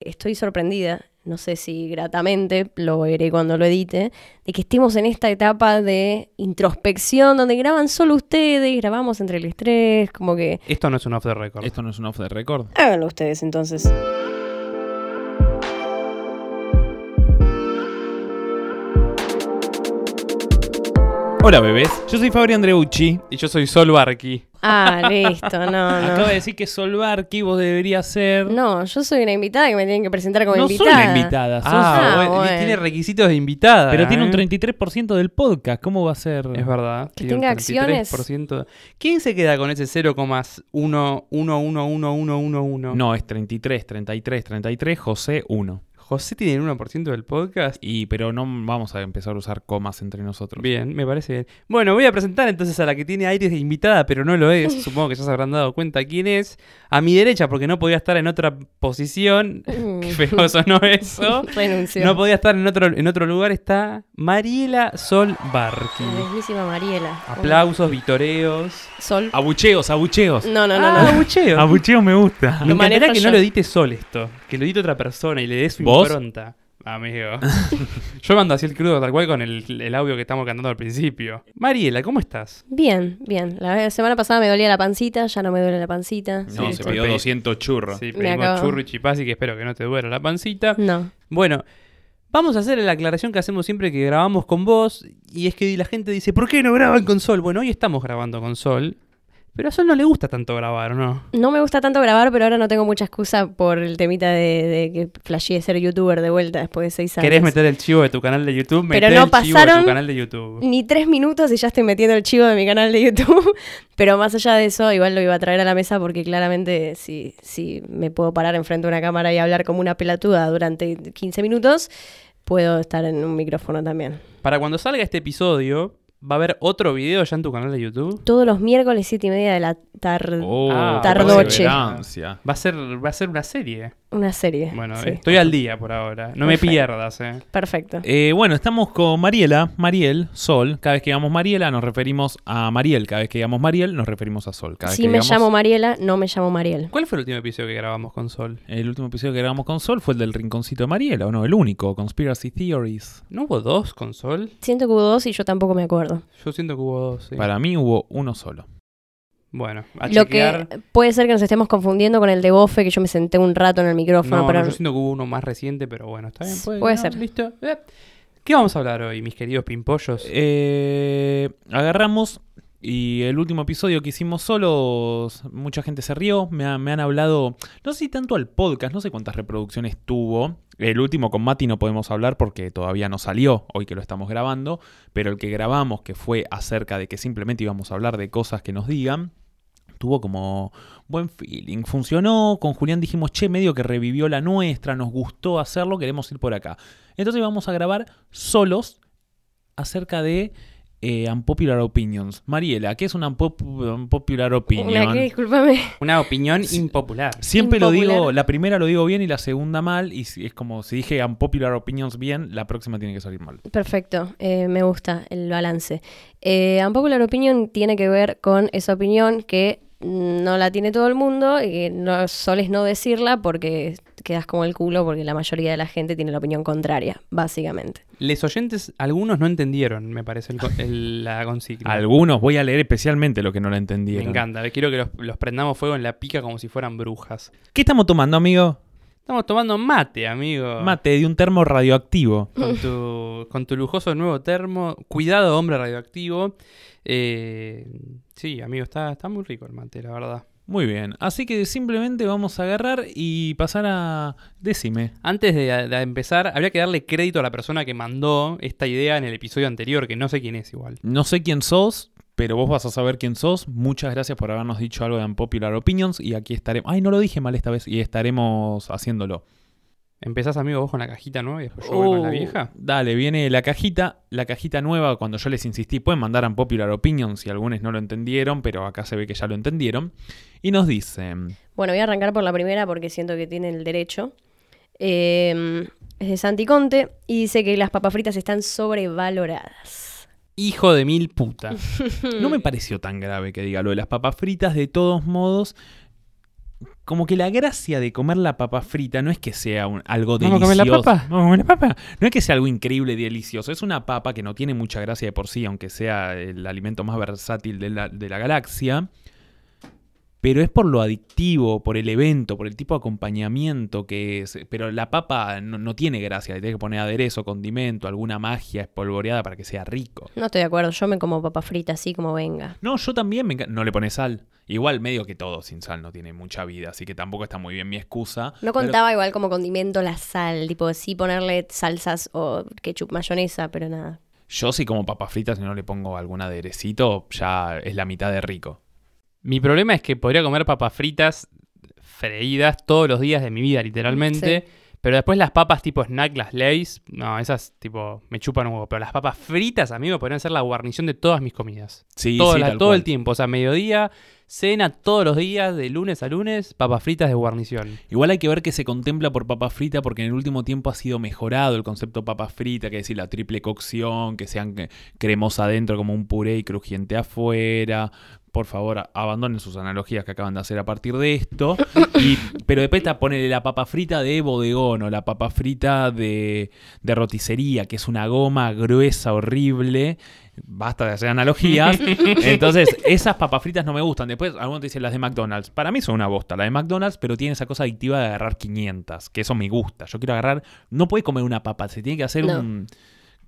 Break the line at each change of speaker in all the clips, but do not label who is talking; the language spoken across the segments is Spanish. estoy sorprendida, no sé si gratamente, lo veré cuando lo edite, de que estemos en esta etapa de introspección donde graban solo ustedes, grabamos entre los tres, como que...
Esto no es un off the record.
Esto no es un off the record.
Háganlo ustedes entonces.
Hola bebés, yo soy Fabri Andreucci.
Y yo soy Sol Barqui.
Ah, listo, no, no.
Acaba de decir que Solbarqui vos deberías ser.
No, yo soy una invitada que me tienen que presentar como
No soy
invitada.
una invitada, sos-
Ah,
bueno,
bueno.
tiene requisitos de invitada.
pero tiene un
¿eh?
33% del podcast. ¿Cómo va a ser?
Es verdad.
Que
tiene un
tenga
33%. ¿Quién se queda con ese 0,1111111?
No, es 33, 33, 33, José 1.
José tiene el 1% del podcast.
Y, pero no vamos a empezar a usar comas entre nosotros.
Bien, me parece bien. Bueno, voy a presentar entonces a la que tiene aires de invitada, pero no lo es. Supongo que ya se habrán dado cuenta quién es. A mi derecha, porque no podía estar en otra posición.
Mm.
Qué feo sonó eso.
Renunció.
No podía estar en otro, en otro lugar. Está Mariela Sol Barqui.
La bellísima Mariela.
Aplausos, vitoreos.
Sol.
Abucheos, abucheos.
No, no, no,
Ah,
no.
abucheo.
Abucheos me gusta.
Me
Lo
encantaría
manejo
que
yo.
no lo edite Sol esto. Que lo edite otra persona y le dé su
¿Vos?
impronta. Amigo. Yo mando así el crudo tal cual con el, el audio que estamos cantando al principio. Mariela, ¿cómo estás?
Bien, bien. La semana pasada me dolía la pancita, ya no me duele la pancita.
No,
Sí,
se
estoy
pidió
pe-
200 churros.
Sí,
Me
pedimos
acabo.
churro y chipás y que espero que no te duela la pancita.
No.
Bueno, vamos a hacer la aclaración que hacemos siempre que grabamos con vos. Y es que la gente dice, ¿por qué no graban con Sol? Bueno, hoy estamos grabando con Sol. Pero a Sol no le gusta tanto grabar, ¿o ¿no?
No me gusta tanto grabar, pero ahora no tengo mucha excusa por el temita de, de que flasheé ser youtuber de vuelta después de seis años.
¿Querés meter el chivo de tu canal de YouTube?
Pero
Meté
no
el chivo de tu
pasaron
canal de YouTube.
Ni tres minutos y ya estoy metiendo el chivo de mi canal de YouTube. Pero más allá de eso, igual lo iba a traer a la mesa porque claramente si, si me puedo parar enfrente de una cámara y hablar como una pelatuda durante 15 minutos, puedo estar en un micrófono también.
Para cuando salga este episodio, va a haber otro video ya en tu canal de YouTube.
Todos los miércoles, siete y media de la tarde.
Oh,
Ah,
tardoche.
perseverancia.
Va a ser, va a ser una serie.
Una serie.
Bueno,
sí.
estoy al día por ahora. No me
Perfecto.
pierdas, eh.
Perfecto.
Eh, bueno, estamos con Mariela, Mariel, Sol. Cada vez que digamos Mariela nos referimos a Mariel. Cada vez que digamos Mariel nos referimos a Sol. Cada vez
Si
que
me
digamos-
llamo Mariela, no me llamo Mariel.
¿Cuál fue el último episodio que grabamos con Sol?
El último episodio que grabamos con Sol fue el del rinconcito de Mariela, ¿o no? El único, Conspiracy Theories.
¿No hubo dos con Sol?
Siento que hubo dos y yo tampoco me acuerdo.
Yo siento que hubo dos, sí.
Para mí hubo uno solo.
Bueno, a
Lo
chequear.
que puede ser que nos estemos confundiendo con el de Bofe, que yo me senté un rato en el micrófono,
No,
pero
no, yo siento que hubo uno más reciente, pero bueno, está bien.
Sí,
Puede,
puede
no,
ser.
Listo. Eh. ¿Qué vamos a hablar hoy, mis queridos pimpollos?
Eh, agarramos y el último episodio que hicimos solos, mucha gente se rió. Me, ha- me han hablado, no sé si tanto al podcast, no sé cuántas reproducciones tuvo. El último con Mati no podemos hablar porque todavía no salió hoy que lo estamos grabando. Pero el que grabamos, que fue acerca de que simplemente íbamos a hablar de cosas que nos digan. Tuvo como buen feeling, funcionó, con Julián dijimos, che, medio que revivió la nuestra, nos gustó hacerlo, queremos ir por acá. Entonces vamos a grabar solos acerca de eh, Unpopular Opinions. Mariela, ¿qué es una unpop- Unpopular
una
Opinion?
que, discúlpame.
Una opinión
Sí.
impopular.
Siempre lo
Impopular.
digo, la primera lo digo bien y la segunda mal, y si- es como si dije Unpopular Opinions bien, la próxima tiene que salir mal.
Perfecto, eh, me gusta el balance. Eh, unpopular opinion tiene que ver con esa opinión que no la tiene todo el mundo y que no soles no decirla porque quedas como el culo porque la mayoría de la gente tiene la opinión contraria, básicamente.
Les oyentes, algunos no entendieron, me parece, el co- el- la consigna.
Algunos voy a leer especialmente lo que no la
Me
entendieron.
encanta, eh, quiero que los, los prendamos fuego en la pica como si fueran brujas.
¿Qué estamos tomando, amigo?
Estamos tomando mate, amigo.
Mate de un termo radioactivo.
Con tu, con tu lujoso nuevo termo. Cuidado, hombre radioactivo. Eh, sí, amigo, está, está muy rico el mate, la verdad.
Muy bien, así que simplemente vamos a agarrar y pasar a... Decime.
Antes de, de empezar, habría que darle crédito a la persona que mandó esta idea en el episodio anterior, que no sé quién es igual.
No sé quién sos, pero vos vas a saber quién sos. Muchas gracias por habernos dicho algo de Unpopular Opinions y aquí estaremos... Ay, no lo dije mal esta vez y estaremos haciéndolo.
Empezás, amigo, vos con la cajita nueva y después yo voy con la
Oh,
vieja.
Dale, viene la cajita, la cajita nueva, cuando yo les insistí, pueden mandar Unpopular Opinions si algunos no lo entendieron, pero acá se ve que ya lo entendieron. Y nos dicen...
Bueno, voy a arrancar por la primera porque siento que tiene el derecho. Eh, es de Santi Conte y dice que las papas fritas están sobrevaloradas.
Hijo de mil puta.
Hmm.
Mm.
No me pareció tan grave que diga lo de las papas fritas, de todos modos. como que la gracia de comer la papa frita no es que sea un- algo
¿Vamos a
delicioso.
comer la papa?
¿Vamos a comer la papa? No es que sea algo increíble y delicioso. Es una papa que no tiene mucha gracia de por sí, aunque sea el alimento más versátil de la, de la galaxia. Pero es por lo adictivo, por el evento, por el tipo de acompañamiento que es. Pero la papa no, no tiene gracia. Le tienes que poner aderezo, condimento, alguna magia espolvoreada para que sea rico.
No estoy de acuerdo, yo me como papa frita así como venga.
No, yo también me enca- No le pones sal. Igual, medio que todo sin sal no tiene mucha vida. Así que tampoco está muy bien mi excusa.
No
Pero-
contaba igual como condimento la sal, tipo sí ponerle salsas o ketchup, mayonesa, pero nada.
Yo sí como papas fritas y no le pongo algún aderecito, ya es la mitad de rico.
Mi problema es que podría comer papas fritas freídas todos los días de mi vida, literalmente. Pero después las papas tipo snack, las Lays, no, esas tipo me chupan un huevo. Pero las papas fritas a mí me podrían ser la guarnición de todas mis comidas.
Sí,
todo
sí,
la-
tal
todo el
cual.
tiempo, o sea, mediodía, cena todos los días, de lunes a lunes, papas fritas de guarnición.
Igual hay que ver que se contempla por papa frita porque en el último tiempo ha sido mejorado el concepto papa frita, que es decir, la triple cocción, que sean eh, cremosa adentro como un puré y crujiente afuera. Por favor, a- abandonen sus analogías que acaban de hacer a partir de esto. Y- pero de peta ponele la papa frita de bodegón o la papa frita de, de roticería, que es una goma gruesa, horrible. Basta de hacer analogías. Entonces, esas papas fritas no me gustan. Después, algunos te dicen las de McDonald's. Para mí son una bosta. La de McDonald's, pero tiene esa cosa adictiva de agarrar 500, que eso me gusta. Yo quiero agarrar. No puedes comer una papa, se tiene que hacer
No.
un,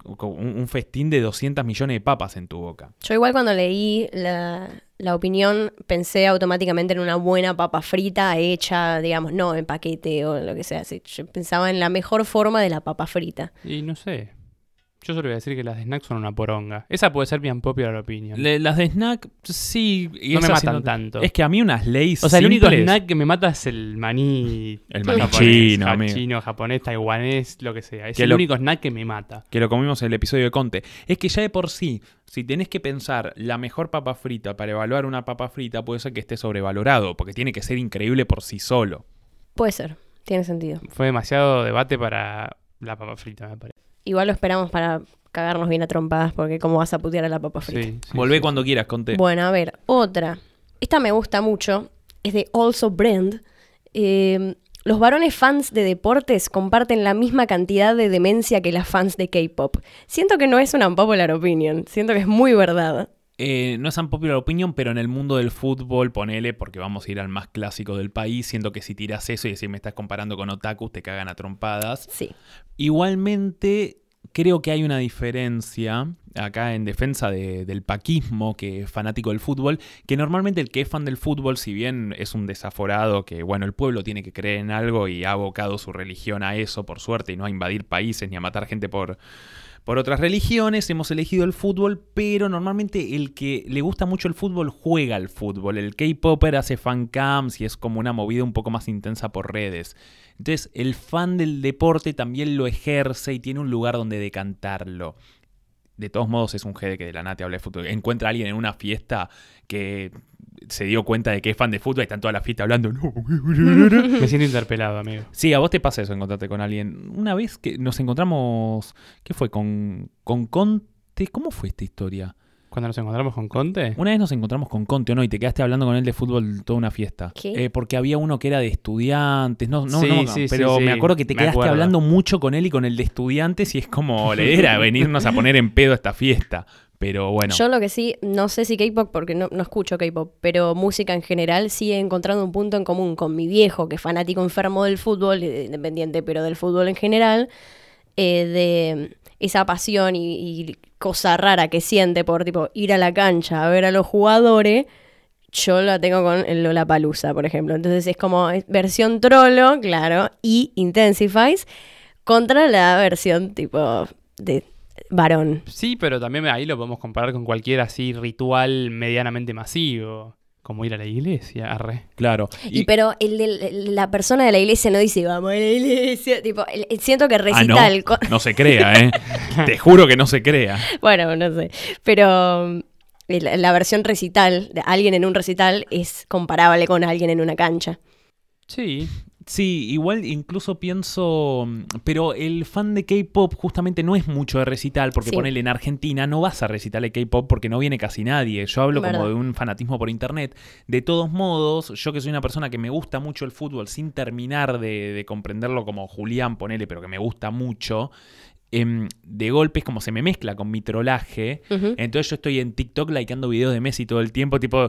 un- un festín de 200 millones de papas en tu boca.
Yo igual cuando leí la, la opinión pensé automáticamente en una buena papa frita hecha, digamos, no en paquete o lo que sea. así. Yo pensaba en la mejor forma de la papa frita.
Y no sé. Yo solo voy a decir que las de snack son una poronga. Esa puede ser mi unpopular opinion.
Le- las de snack, sí. y
no me
esas sí
matan tanto.
Es que a mí unas leyes.
o sea, el único
simples-
snack que me mata es el maní.
El maní
japonés,
chino,
ja-
amigo.
chino, japonés, taiwanés, lo que sea. Es
Que
el
lo-
único snack que me mata.
que lo comimos en el episodio de Conte, es que ya de por sí, si tenés que pensar la mejor papa frita para evaluar una papa frita, puede ser que esté sobrevalorado, porque tiene que ser increíble por sí solo.
Puede ser, tiene sentido.
Fue demasiado debate para la papa frita, me parece.
Igual lo esperamos para cagarnos bien a trompadas porque cómo vas a putear a la papa frita.
Sí, sí,
Volvé
sí.
cuando quieras, Conte.
Bueno, a ver, otra. Esta me gusta mucho. Es de Also Brand. Eh, los varones fans de deportes comparten la misma cantidad de demencia que las fans de K-pop. Siento que no es una unpopular opinion. Siento que es muy verdad.
Eh, no es tan popular opinión, pero en el mundo del fútbol, ponele, porque vamos a ir al más clásico del país, siento que si tiras eso y decís me estás comparando con otakus, te cagan a trompadas.
Sí.
Igualmente, creo que hay una diferencia acá en defensa de- del paquismo, que es fanático del fútbol, que normalmente el que es fan del fútbol, si bien es un desaforado, que bueno, el pueblo tiene que creer en algo y ha abocado su religión a eso, por suerte, y no a invadir países ni a matar gente por... Por otras religiones hemos elegido el fútbol, pero normalmente el que le gusta mucho el fútbol juega al fútbol. El K-Popper hace fan camps y es como una movida un poco más intensa por redes. Entonces, el fan del deporte también lo ejerce y tiene un lugar donde decantarlo. De todos modos, es un jede que de la nada te habla de fútbol. Encuentra a alguien en una fiesta que se dio cuenta de que es fan de fútbol y está en toda la fiesta hablando. "No".
Me siento interpelado, amigo.
Sí, a vos te pasa eso, encontrarte con alguien. Una vez que nos encontramos, ¿qué fue? Con, con Conte. ¿Cómo fue esta historia?
Cuando nos encontramos con Conte.
Una vez nos encontramos con Conte, ¿o no? Y te quedaste hablando con él de fútbol toda una fiesta.
¿Qué?
Eh, porque había uno que era de estudiantes, no, no,
Sí,
no, no,
sí, sí,
pero
sí,
me acuerdo que te
me
quedaste
acuerdo.
hablando mucho con él y con el de estudiantes y es como le era venirnos a poner en pedo esta fiesta. Pero bueno,
Yo lo que sí, no sé si K-pop porque no, no escucho K-pop, pero música en general sigue encontrando un punto en común con mi viejo, que es fanático enfermo del fútbol, eh, independiente, pero del fútbol en general, eh, de esa pasión y, y cosa rara que siente por tipo ir a la cancha a ver a los jugadores. Yo la tengo con el Lola Palusa, por ejemplo. Entonces es como es versión trolo, claro, y Intensifies contra la versión tipo de varón.
Sí, pero también ahí lo podemos comparar con cualquier así ritual medianamente masivo. Como ir a la iglesia, arre.
claro.
Y, pero el de la persona de la iglesia no dice, vamos a la iglesia. Tipo, el- el- siento que
Ah, no,
recita el... co-
no se crea, ¿eh? te juro que no se crea.
Bueno, no sé. Pero mm, la, la versión recital, de alguien en un recital, es comparable con alguien en una cancha.
Sí.
Sí, igual incluso pienso, pero el fan de K-pop justamente no es mucho de recital, porque
Sí.
ponele en Argentina no vas a recital de K-pop porque no viene casi nadie. Yo hablo como
Verdad.
de un fanatismo por internet. De todos modos, yo que soy una persona que me gusta mucho el fútbol sin terminar de, de comprenderlo como Julián, ponele, pero que me gusta mucho, em, de golpe es como se me mezcla con mi trolaje.
Ujú.
Entonces yo estoy en TikTok likeando videos de Messi todo el tiempo, tipo...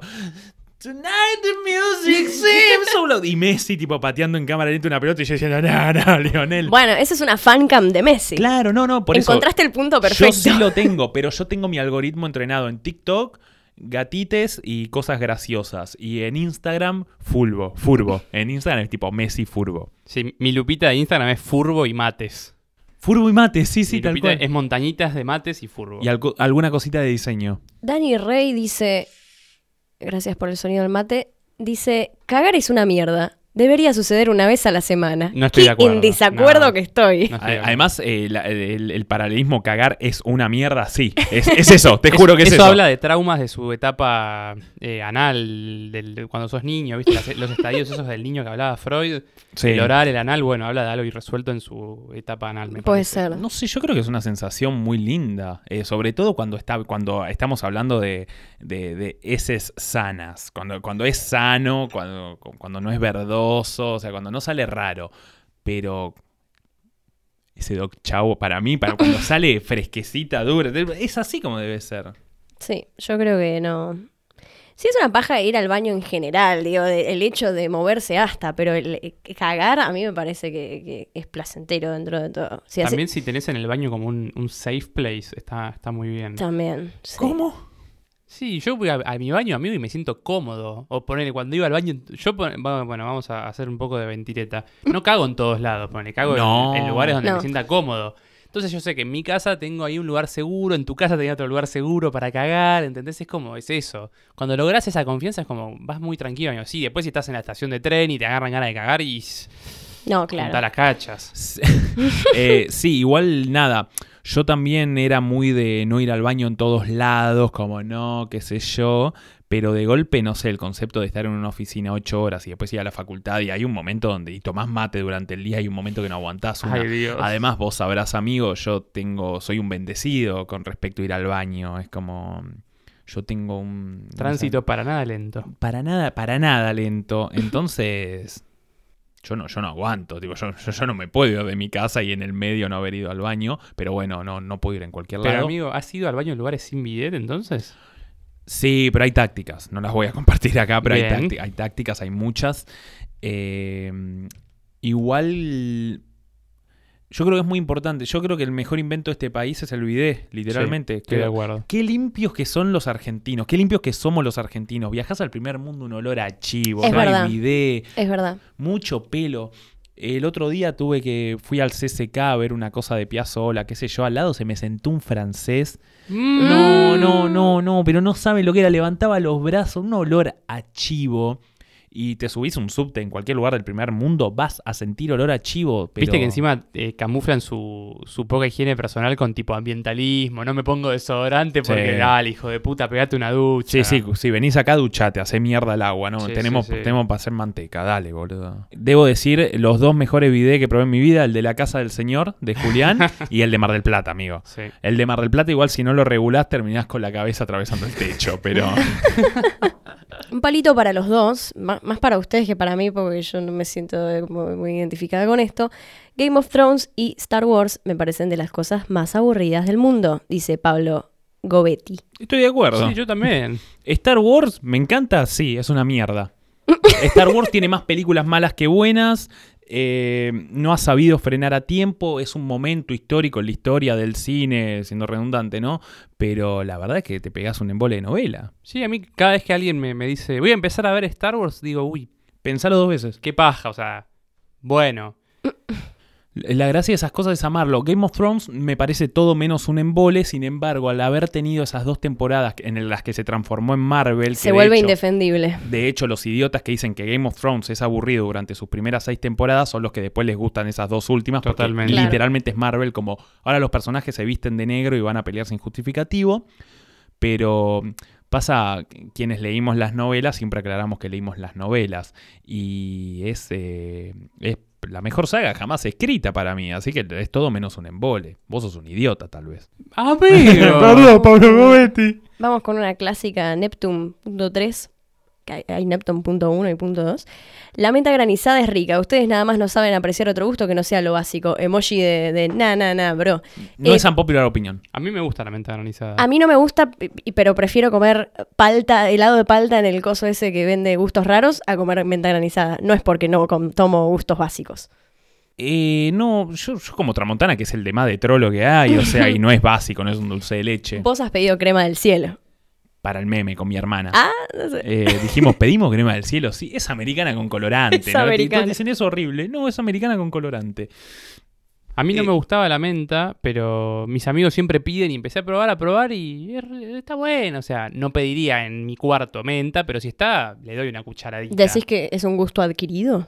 Tonight the music seems so loud. Y Messi, tipo, pateando en cámara lenta una pelota y yo diciendo, no, no, Lionel.
Bueno, esa es una fancam de Messi.
Claro, no, no, por eso.
Encontraste el punto perfecto.
Yo sí lo tengo, pero yo tengo mi algoritmo entrenado en TikTok, gatites y cosas graciosas. Y en Instagram, fulbo, furbo. En Instagram es tipo Messi furbo.
Sí, mi lupita de Instagram es furbo y mates.
Furbo y mate, sí, sí,
Mi
tal
lupita
cual.
es montañitas de mates y furbo.
Y algo- alguna cosita de diseño.
Dani Rey dice, gracias por el sonido del mate, dice, cagar es una mierda. Debería suceder una vez a la semana.
No estoy
Qué
de acuerdo.
en desacuerdo
No.
que estoy.
No estoy de
A-
acuerdo.
Además, eh, la- el, el paralelismo cagar es una mierda, sí. Es, es eso, te juro que es
eso
eso.
habla de traumas de su etapa eh, anal, del, de cuando sos niño, ¿viste? Las- los estadios esos del niño que hablaba Freud,
Sí.
el oral, el anal, bueno, habla de algo irresuelto en su etapa anal. me
Puede
parece.
ser.
No sé, yo creo que es una sensación muy linda, eh, sobre todo cuando, está, cuando estamos hablando de, de, de heces sanas, cuando, cuando es sano, cuando, cuando no es verdoso, o sea, cuando no sale raro, pero ese Doc Chavo para mí, para cuando sale fresquecita, dura, es así como debe ser.
Sí, yo creo que no. Sí es una paja ir al baño en general, digo, de- el hecho de moverse hasta, pero el, eh, cagar a mí me parece que, que es placentero dentro de todo. Sí, así-
También si tenés en el baño como un, un safe place, está, está muy bien.
También. sí.
Sí, yo voy a, a mi baño, amigo, y me siento cómodo. O ponerle, cuando iba al baño, yo, pon- va- bueno, vamos a hacer un poco de ventileta. No cago en todos lados, ponele, cago en-
No.
en, lugares donde
No.
me sienta cómodo. Entonces yo sé que en mi casa tengo ahí un lugar seguro, en tu casa tenía otro lugar seguro para cagar, ¿entendés? Es como, es eso. Cuando lográs esa confianza es como, vas muy tranquilo. amigo. Sí, después si estás en la estación de tren y te agarran ganas de cagar y
No,
juntar
claro.
las cachas.
Sí. Eh, sí, igual nada. Yo también era muy de no ir al baño en todos lados, como no, qué sé yo. Pero de golpe, no sé, el concepto de estar en una oficina ocho horas y después ir a la facultad y hay un momento donde y tomás mate durante el día, hay un momento que no aguantás. una-
Ay, Dios.
Además, vos sabrás, amigo, yo tengo, soy un bendecido con respecto a ir al baño. Es como, yo tengo un...
Tránsito para nada lento.
Para nada, para nada lento. Entonces, yo no, yo no aguanto. Digo, yo, yo, yo no me puedo ir de mi casa y en el medio no haber ido al baño. Pero bueno, no, no puedo ir en cualquier
Pero
lado.
amigo, ¿has ido al baño en lugares sin bidet entonces?
Sí, pero hay tácticas. No las voy a compartir acá, pero hay,
Bien.
tácti- hay tácticas, hay muchas. Eh, igual. Yo creo que es muy importante. Yo creo que el mejor invento de este país es el bidet, literalmente.
Estoy de
Creo-
acuerdo.
Qué limpios que son los argentinos, qué limpios que somos los argentinos. Viajás al primer mundo un olor a chivo,
Es
no hay
verdad.
bidet,
Es verdad.
mucho pelo. El otro día tuve que fui al CCK a ver una cosa de Piazzolla, qué sé yo, al lado se me sentó un francés. Mm.
Mm.
No, no, no, no, pero no sabe lo que era, levantaba los brazos, un olor a chivo. Y te subís a un subte en cualquier lugar del primer mundo, vas a sentir olor a chivo. Pero...
Viste que encima eh, camuflan su, su poca higiene personal con tipo ambientalismo, no me pongo desodorante
Sí.
porque dale, hijo de puta, pegate una ducha.
Sí, sí, si venís acá, duchate, hace mierda el agua, ¿no?
Ah. Sí,
tenemos,
sí, sí.
tenemos para hacer manteca, dale, boludo. Debo decir, los dos mejores videos que probé en mi vida, el de la casa del señor, de Julián, y el de Mar del Plata, amigo.
Sí.
El de Mar del Plata, igual si no lo regulás, terminás con la cabeza atravesando el techo, pero. Mm.
Un palito para los dos, ma- más para ustedes que para mí, porque yo no me siento eh, como muy, identificada con esto. Game of Thrones y Star Wars me parecen de las cosas más aburridas del mundo, dice Pablo Gobetti.
Estoy de acuerdo.
Sí, yo también.
Star Wars, me encanta, sí, es una mierda. Star Wars tiene más películas malas que buenas. eh, no ha sabido frenar a tiempo. Es un momento histórico en la historia del cine, siendo redundante, ¿no? Pero la verdad es que te pegas un embole de novela.
Sí, a mí cada vez que alguien me, me dice, voy a empezar a ver Star Wars, digo, uy,
Pensalo dos veces.
qué paja, o sea, bueno.
La gracia de esas cosas es amarlo. Game of Thrones me parece todo menos un embole, sin embargo, al haber tenido esas dos temporadas en las que se transformó en Marvel, que
Se
de
vuelve
hecho-
indefendible.
De hecho, los idiotas que dicen que Game of Thrones es aburrido durante sus primeras seis temporadas son los que después les gustan esas dos últimas. porque
Totalmente.
Claro.
Literalmente es Marvel, como ahora los personajes se visten de negro y van a pelear sin justificativo. Pero Pasa, quienes leímos las novelas, siempre aclaramos que leímos las novelas. Y es, eh, es la mejor saga jamás escrita para mí, así que es todo menos un embole. Vos sos un idiota, tal vez.
Amigo.
Pablo Gobetti. Vamos con una clásica Neptune.3. que hay- Hay Neptune.1 y punto .2. La menta granizada es rica. Ustedes nada más no saben apreciar otro gusto que no sea lo básico. Emoji de, de na, na, na, bro.
No
Eh,
es tan popular opinión.
A mí me gusta la menta granizada.
Ah.
A mí no me gusta, p- y- pero prefiero comer palta, helado de palta en el coso ese que vende gustos raros a comer menta granizada. No es porque no com- tomo gustos básicos.
Eh, no, yo, yo como Tramontana, que es el de más de trolo que hay, o sea, y no es básico, no es un dulce de leche.
Vos has pedido crema del cielo.
Para el meme con mi hermana.
Ah, no sé.
Eh, dijimos, pedimos crema del cielo. Sí, es americana con colorante.
Es
¿no? Y
americana.
todos Dicen, es horrible. No, es americana con colorante.
A mí no
Eh.
me gustaba la menta, pero mis amigos siempre piden y empecé a probar, a probar y es re- está bueno. O sea, no pediría en mi cuarto menta, pero si está, le doy una cucharadita.
¿Decís que es un gusto adquirido?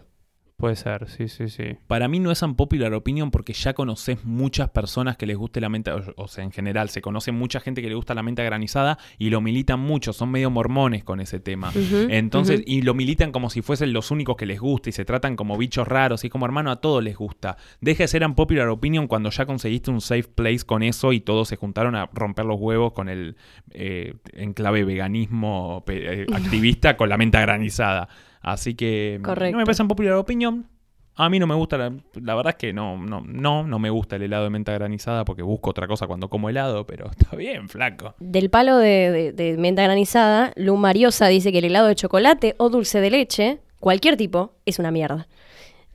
Puede ser, sí, sí, sí.
Para mí no es un popular opinion porque ya conoces muchas personas que les guste la menta, o- o sea, en general, se conoce mucha gente que le gusta la menta granizada y lo militan mucho, son medio mormones con ese tema.
Ujú,
Entonces,
ujú.
y lo militan como si fuesen los únicos que les gusta y se tratan como bichos raros y es como hermano a todos les gusta. Deja de ser un popular opinion cuando ya conseguiste un safe place con eso y todos se juntaron a romper los huevos con el eh, enclave veganismo pe- eh, activista con la menta granizada. Así que no me
Correcto.
parece un popular opinion. A mí no me gusta, la, la verdad es que no, no, no, no me gusta el helado de menta granizada porque busco otra cosa cuando como helado, pero está bien, flaco.
Del palo de, de- de menta granizada, Lu Mariosa dice que el helado de chocolate o dulce de leche, cualquier tipo, es una mierda.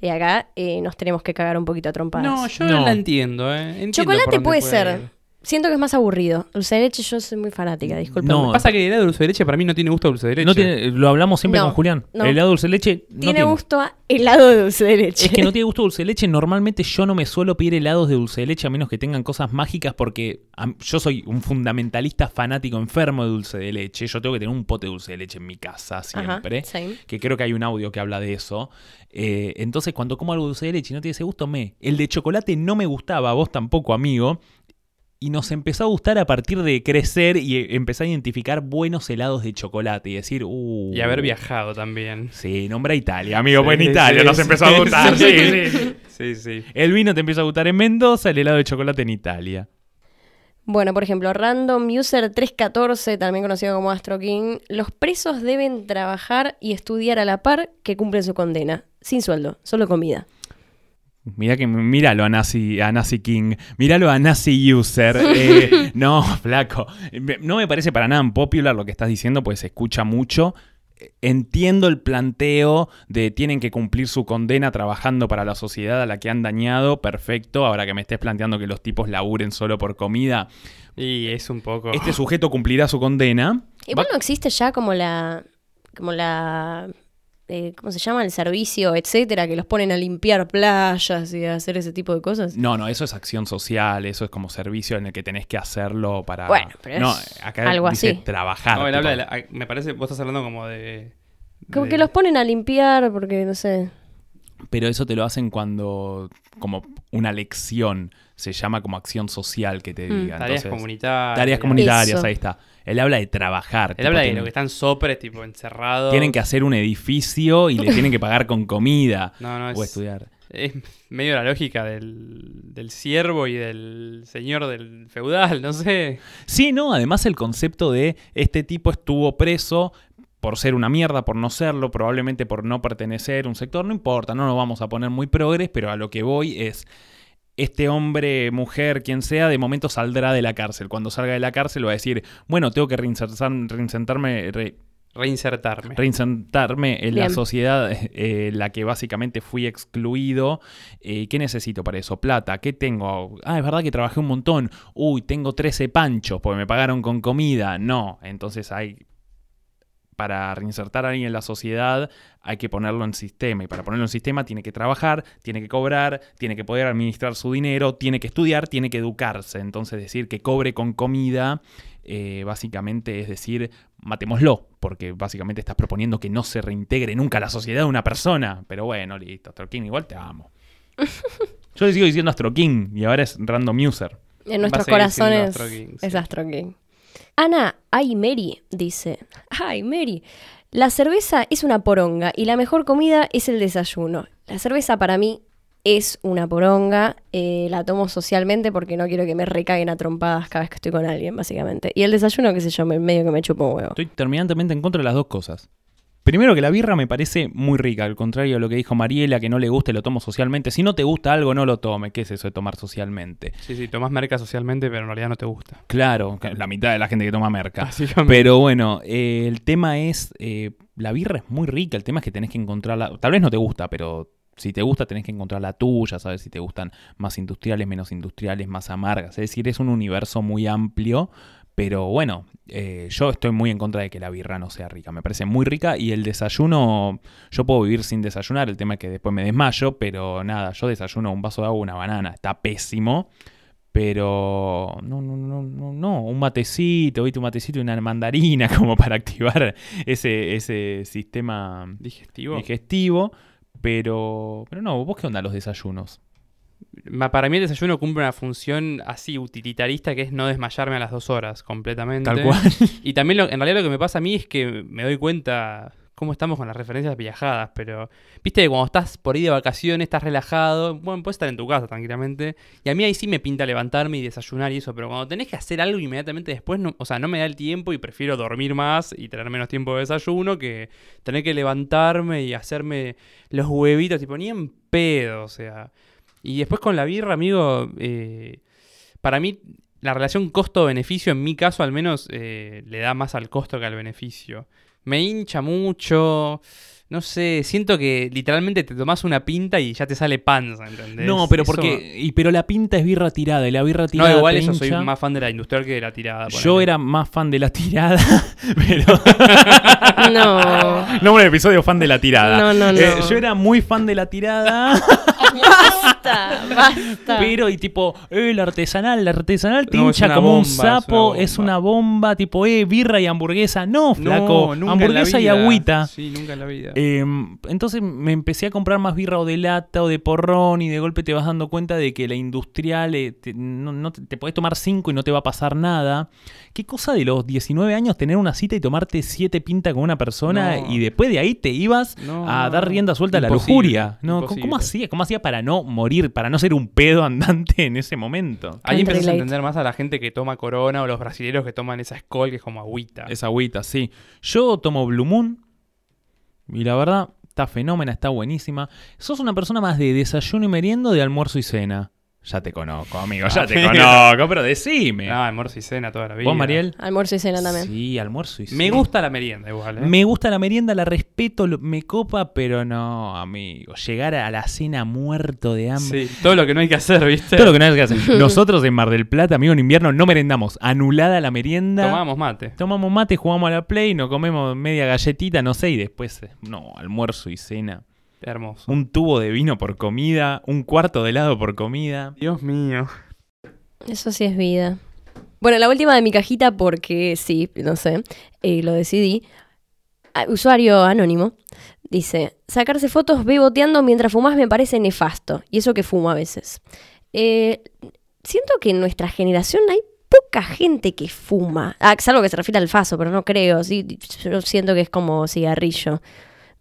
Y acá eh, nos tenemos que cagar un poquito a trompadas.
No, yo
No.
la entiendo, ¿eh? Entiendo por
Chocolate
dónde
puede ser.
ir.
Siento que es más aburrido. Dulce de leche yo soy muy fanática, disculpen.
No,
Pasa que el helado de dulce de leche para mí no tiene gusto a dulce de leche.
No tiene- lo hablamos siempre
No,
con Julián.
no.
El helado de dulce de leche no
tiene gusto a helado de dulce de leche.
Es que no tiene gusto dulce de leche. Normalmente yo no me suelo pedir helados de dulce de leche a menos que tengan cosas mágicas porque a- yo soy un fundamentalista fanático enfermo de dulce de leche. Yo tengo que tener un pote de dulce de leche en mi casa
Ajá,
siempre.
same.
Que creo que hay un audio que habla de eso. Eh, entonces, cuando como algo de dulce de leche y no tiene ese gusto, me. El de chocolate no me gustaba, a vos tampoco, amigo. Y nos empezó a gustar a partir de crecer y eh, empezar a identificar buenos helados de chocolate y decir, uh.
Y haber viajado también.
Sí, nombra Italia, amigo, pues en
Sí,
Italia
sí,
nos
sí,
empezó a gustar.
sí,
sí, sí.
sí. Sí, sí.
El vino te empieza a gustar en Mendoza, el helado de chocolate en Italia.
Bueno, por ejemplo, Random User 314, también conocido como Astro King, los presos deben trabajar y estudiar a la par que cumplen su condena, sin sueldo, solo comida.
Mirá que míralo a Nazi, a Nazi King, míralo a Nazi User. Eh, no, flaco. Me- No me parece para nada popular lo que estás diciendo, pues se escucha mucho. Entiendo el planteo de tienen que cumplir su condena trabajando para la sociedad a la que han dañado, perfecto. Ahora que me estés planteando que los tipos laburen solo por comida,
Y es un poco.
este sujeto cumplirá su condena.
Igual no existe ya como la. como la. eh, ¿Cómo se llama? El servicio, etcétera, que los ponen a limpiar playas y a hacer ese tipo de cosas.
No, no, eso es acción social, eso es como servicio en el que tenés que hacerlo para.
Bueno, pero
no,
es
acá
algo
dice
así.
trabajar.
No, él
tipo,
habla de la- ah, Me parece, vos estás hablando como de.
Como
de-
que los ponen a limpiar porque, no sé.
Pero eso te lo hacen cuando, como una lección, se llama como acción social que te
Mm.
digan.
Tareas comunitarias.
Tareas comunitarias,
Eso.
ahí está. Él habla de trabajar.
Él
tipo,
habla de
tienen-
lo que están sopres, tipo encerrados.
Tienen que hacer un edificio y le tienen que pagar con comida.
No, no,
O
es,
estudiar.
es medio la lógica del, del siervo y del señor del feudal, no sé.
Sí, no, además el concepto de este tipo estuvo preso por ser una mierda, por no serlo, probablemente por no pertenecer a un sector, no importa, no nos vamos a poner muy progres, pero a lo que voy es este hombre, mujer, quien sea, de momento saldrá de la cárcel. Cuando salga de la cárcel va a decir, bueno, tengo que reinsertar- reinsertarme, re-
Reinsertarme.
reinsertarme en la
Bien.
sociedad eh, en la que básicamente fui excluido. Eh, ¿Qué necesito para eso? Plata, ¿qué tengo? Ah, es verdad que trabajé un montón. Uy, tengo 13 panchos porque me pagaron con comida. No, entonces hay... Para reinsertar a alguien en la sociedad hay que ponerlo en sistema y para ponerlo en sistema tiene que trabajar, tiene que cobrar, tiene que poder administrar su dinero, tiene que estudiar, tiene que educarse. Entonces decir que cobre con comida eh, básicamente es decir matémoslo, porque básicamente estás proponiendo que no se reintegre nunca a la sociedad una persona. Pero bueno, listo, Astro King, igual te amo. Yo le sigo diciendo Astro King y ahora es Random User.
En nuestros
seguir siendo
corazones
Astro King,
es
sí.
Astro King. Ana Aymeri dice, Aymeri, la cerveza es una poronga y la mejor comida es el desayuno. La cerveza para mí es una poronga, eh, la tomo socialmente porque no quiero que me recaguen a trompadas cada vez que estoy con alguien, básicamente. Y el desayuno, qué sé yo, me- medio que me chupo un huevo.
Estoy terminantemente en contra de las dos cosas. Primero que la birra me parece muy rica, al contrario de lo que dijo Mariela, que no le gusta y lo tomo socialmente. Si no te gusta algo, no lo tome. ¿Qué es eso de tomar socialmente?
Sí, sí, tomás merca socialmente, pero en realidad no te gusta.
Claro, la mitad de la gente que toma merca.
Básicamente.
Pero bueno, eh, el tema es, eh, la birra es muy rica, el tema es que tenés que encontrarla, tal vez no te gusta, pero si te gusta tenés que encontrar la tuya, sabes si te gustan más industriales, menos industriales, más amargas, es decir, es un universo muy amplio, pero bueno, eh, yo estoy muy en contra de que la birra no sea rica, me parece muy rica y el desayuno, yo puedo vivir sin desayunar, el tema es que después me desmayo, pero nada, yo desayuno un vaso de agua, una banana, está pésimo. Pero no, no, no, no, no, un matecito, viste, un matecito y una mandarina como para activar ese, ese sistema
Digestivo.
digestivo. Pero, pero no, vos qué onda los desayunos.
Ma- Para mí el desayuno cumple una función así utilitarista que es no desmayarme a las dos horas completamente.
Tal cual.
Y también lo- en realidad lo que me pasa a mí es que me doy cuenta cómo estamos con las referencias viajadas, pero viste que cuando estás por ahí de vacaciones, estás relajado, bueno, puedes estar en tu casa tranquilamente. Y a mí ahí sí me pinta levantarme y desayunar y eso, pero cuando tenés que hacer algo inmediatamente después, no, o sea, no me da el tiempo y prefiero dormir más y tener menos tiempo de desayuno que tener que levantarme y hacerme los huevitos, tipo, ni en pedo, o sea. Y después con la birra, amigo, eh, para mí la relación costo-beneficio, en mi caso al menos, eh, le da más al costo que al beneficio. Me hincha mucho. No sé, siento que literalmente te tomás una pinta y ya te sale panza, ¿entendés?
No, pero
Eso-
porque. Y, pero la pinta es birra tirada y la birra
No,
tirada.
igual
te
eso soy
hincha.
más fan de la industrial que de la tirada.
Yo
ponele.
era más fan de la tirada, pero.
No.
no un episodio fan de la tirada.
No, no, no.
Eh, yo era muy fan de la tirada.
basta, basta.
Pero, y tipo, eh, la artesanal, la artesanal te
No, es
hincha
una
como un
bomba, es una
sapo,
bomba.
es una bomba, tipo, eh, birra y hamburguesa. No,
nunca
flaco,
en la
hamburguesa y
vida.
agüita.
Sí, nunca en la vida.
Eh, entonces me empecé a comprar más birra o de lata o de porrón y de golpe te vas dando cuenta de que la industrial eh, te, no, no te, te podés tomar 5 y no te va a pasar nada. ¿Qué cosa de los 19 años tener una cita y tomarte 7 pinta con una persona
No.
y después de ahí te ibas
No,
a dar rienda suelta a la
imposible,
lujuria? No, ¿cómo- ¿Cómo
imposible.
hacía? ¿Cómo hacía para no morir, para no ser un pedo andante en ese momento?
Ahí
Can't
empiezas a
relate.
entender más a la gente que toma corona o los brasileños que toman esa escol que es como agüita.
Esa agüita, sí. Yo tomo Blue Moon y la verdad está fenómena, está buenísima. Sos una persona más de desayuno y meriendo, de almuerzo y cena. Ya te conozco, amigo, ya te conozco, pero decime.
Ah, almuerzo y cena toda la vida.
¿Vos, Mariel?
Almuerzo y cena también.
Sí, almuerzo y cena.
Me gusta la merienda igual, ¿eh?
Me gusta la merienda, la respeto, lo- me copa, pero no, amigo. Llegar a la cena muerto de hambre.
Sí, todo lo que no hay que hacer, ¿viste?
Todo lo que no hay que hacer. Nosotros en Mar del Plata, amigo, en invierno no merendamos. Anulada la merienda.
Tomamos mate.
Tomamos mate, jugamos a la Play, nos comemos media galletita, no sé, y después, eh, no, almuerzo y cena.
Hermoso.
Un tubo de vino por comida, un cuarto de helado por comida.
Dios mío.
Eso sí es vida. Bueno, la última de mi cajita, porque sí, no sé, eh, lo decidí. Ah, Usuario anónimo dice: sacarse fotos beboteando mientras fumas me parece nefasto. Y eso que fumo a veces. Eh, siento que en nuestra generación hay poca gente que fuma. Ah, salvo que se refiere al faso, pero no creo. Sí, yo siento que es como cigarrillo.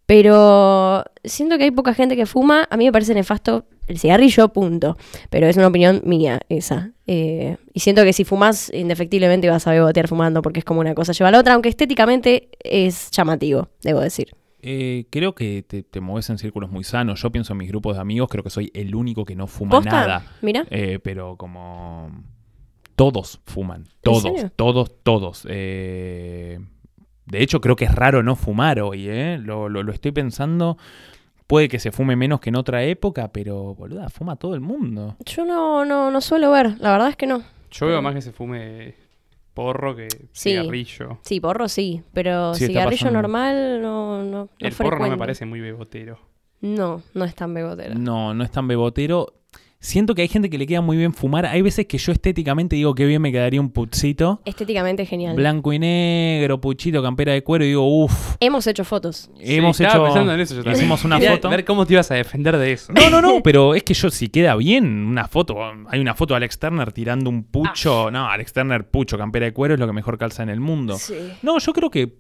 Pero siento que hay poca gente que fuma. A mí me parece nefasto el cigarrillo, punto. Pero es una opinión mía esa. Eh, y siento que si fumas, indefectiblemente vas a bebotear fumando porque es como una cosa lleva a la otra, aunque estéticamente es llamativo, debo decir.
Eh, creo que te, te mueves en círculos muy sanos. Yo pienso en mis grupos de amigos, creo que soy el único que no fuma nada.
Mira.
Eh, pero como. Todos fuman. Todos,
serio?
todos, todos. Eh, de hecho, creo que es raro no fumar hoy, ¿eh? Lo, lo- lo estoy pensando. Puede que se fume menos que en otra época, pero boluda, fuma todo el mundo.
Yo no, no, no suelo ver, la verdad es que no.
Yo veo más que se fume porro que
Sí.
cigarrillo.
Sí, porro sí, pero
Sí, está
cigarrillo
pasando.
normal no, no, no
El porro no me
frecuento.
parece muy bebotero.
No, no es tan bebotera.
No, no es tan bebotero. Siento que hay gente que le queda muy bien fumar. Hay veces que yo estéticamente digo que bien me quedaría un putzito.
Estéticamente genial.
Blanco y negro, puchito, campera de cuero. Y digo, uff.
Hemos hecho fotos.
Hemos
Sí,
hecho.
Estaba pensando en eso yo también.
hicimos una
Quería
foto.
ver cómo te ibas a defender de eso.
No, no, no, pero es que yo, si queda bien una foto, hay una foto de Alex Turner tirando un pucho.
Ah.
No, Alex Turner, pucho, campera de cuero es lo que mejor calza en el mundo.
Sí.
No, yo creo que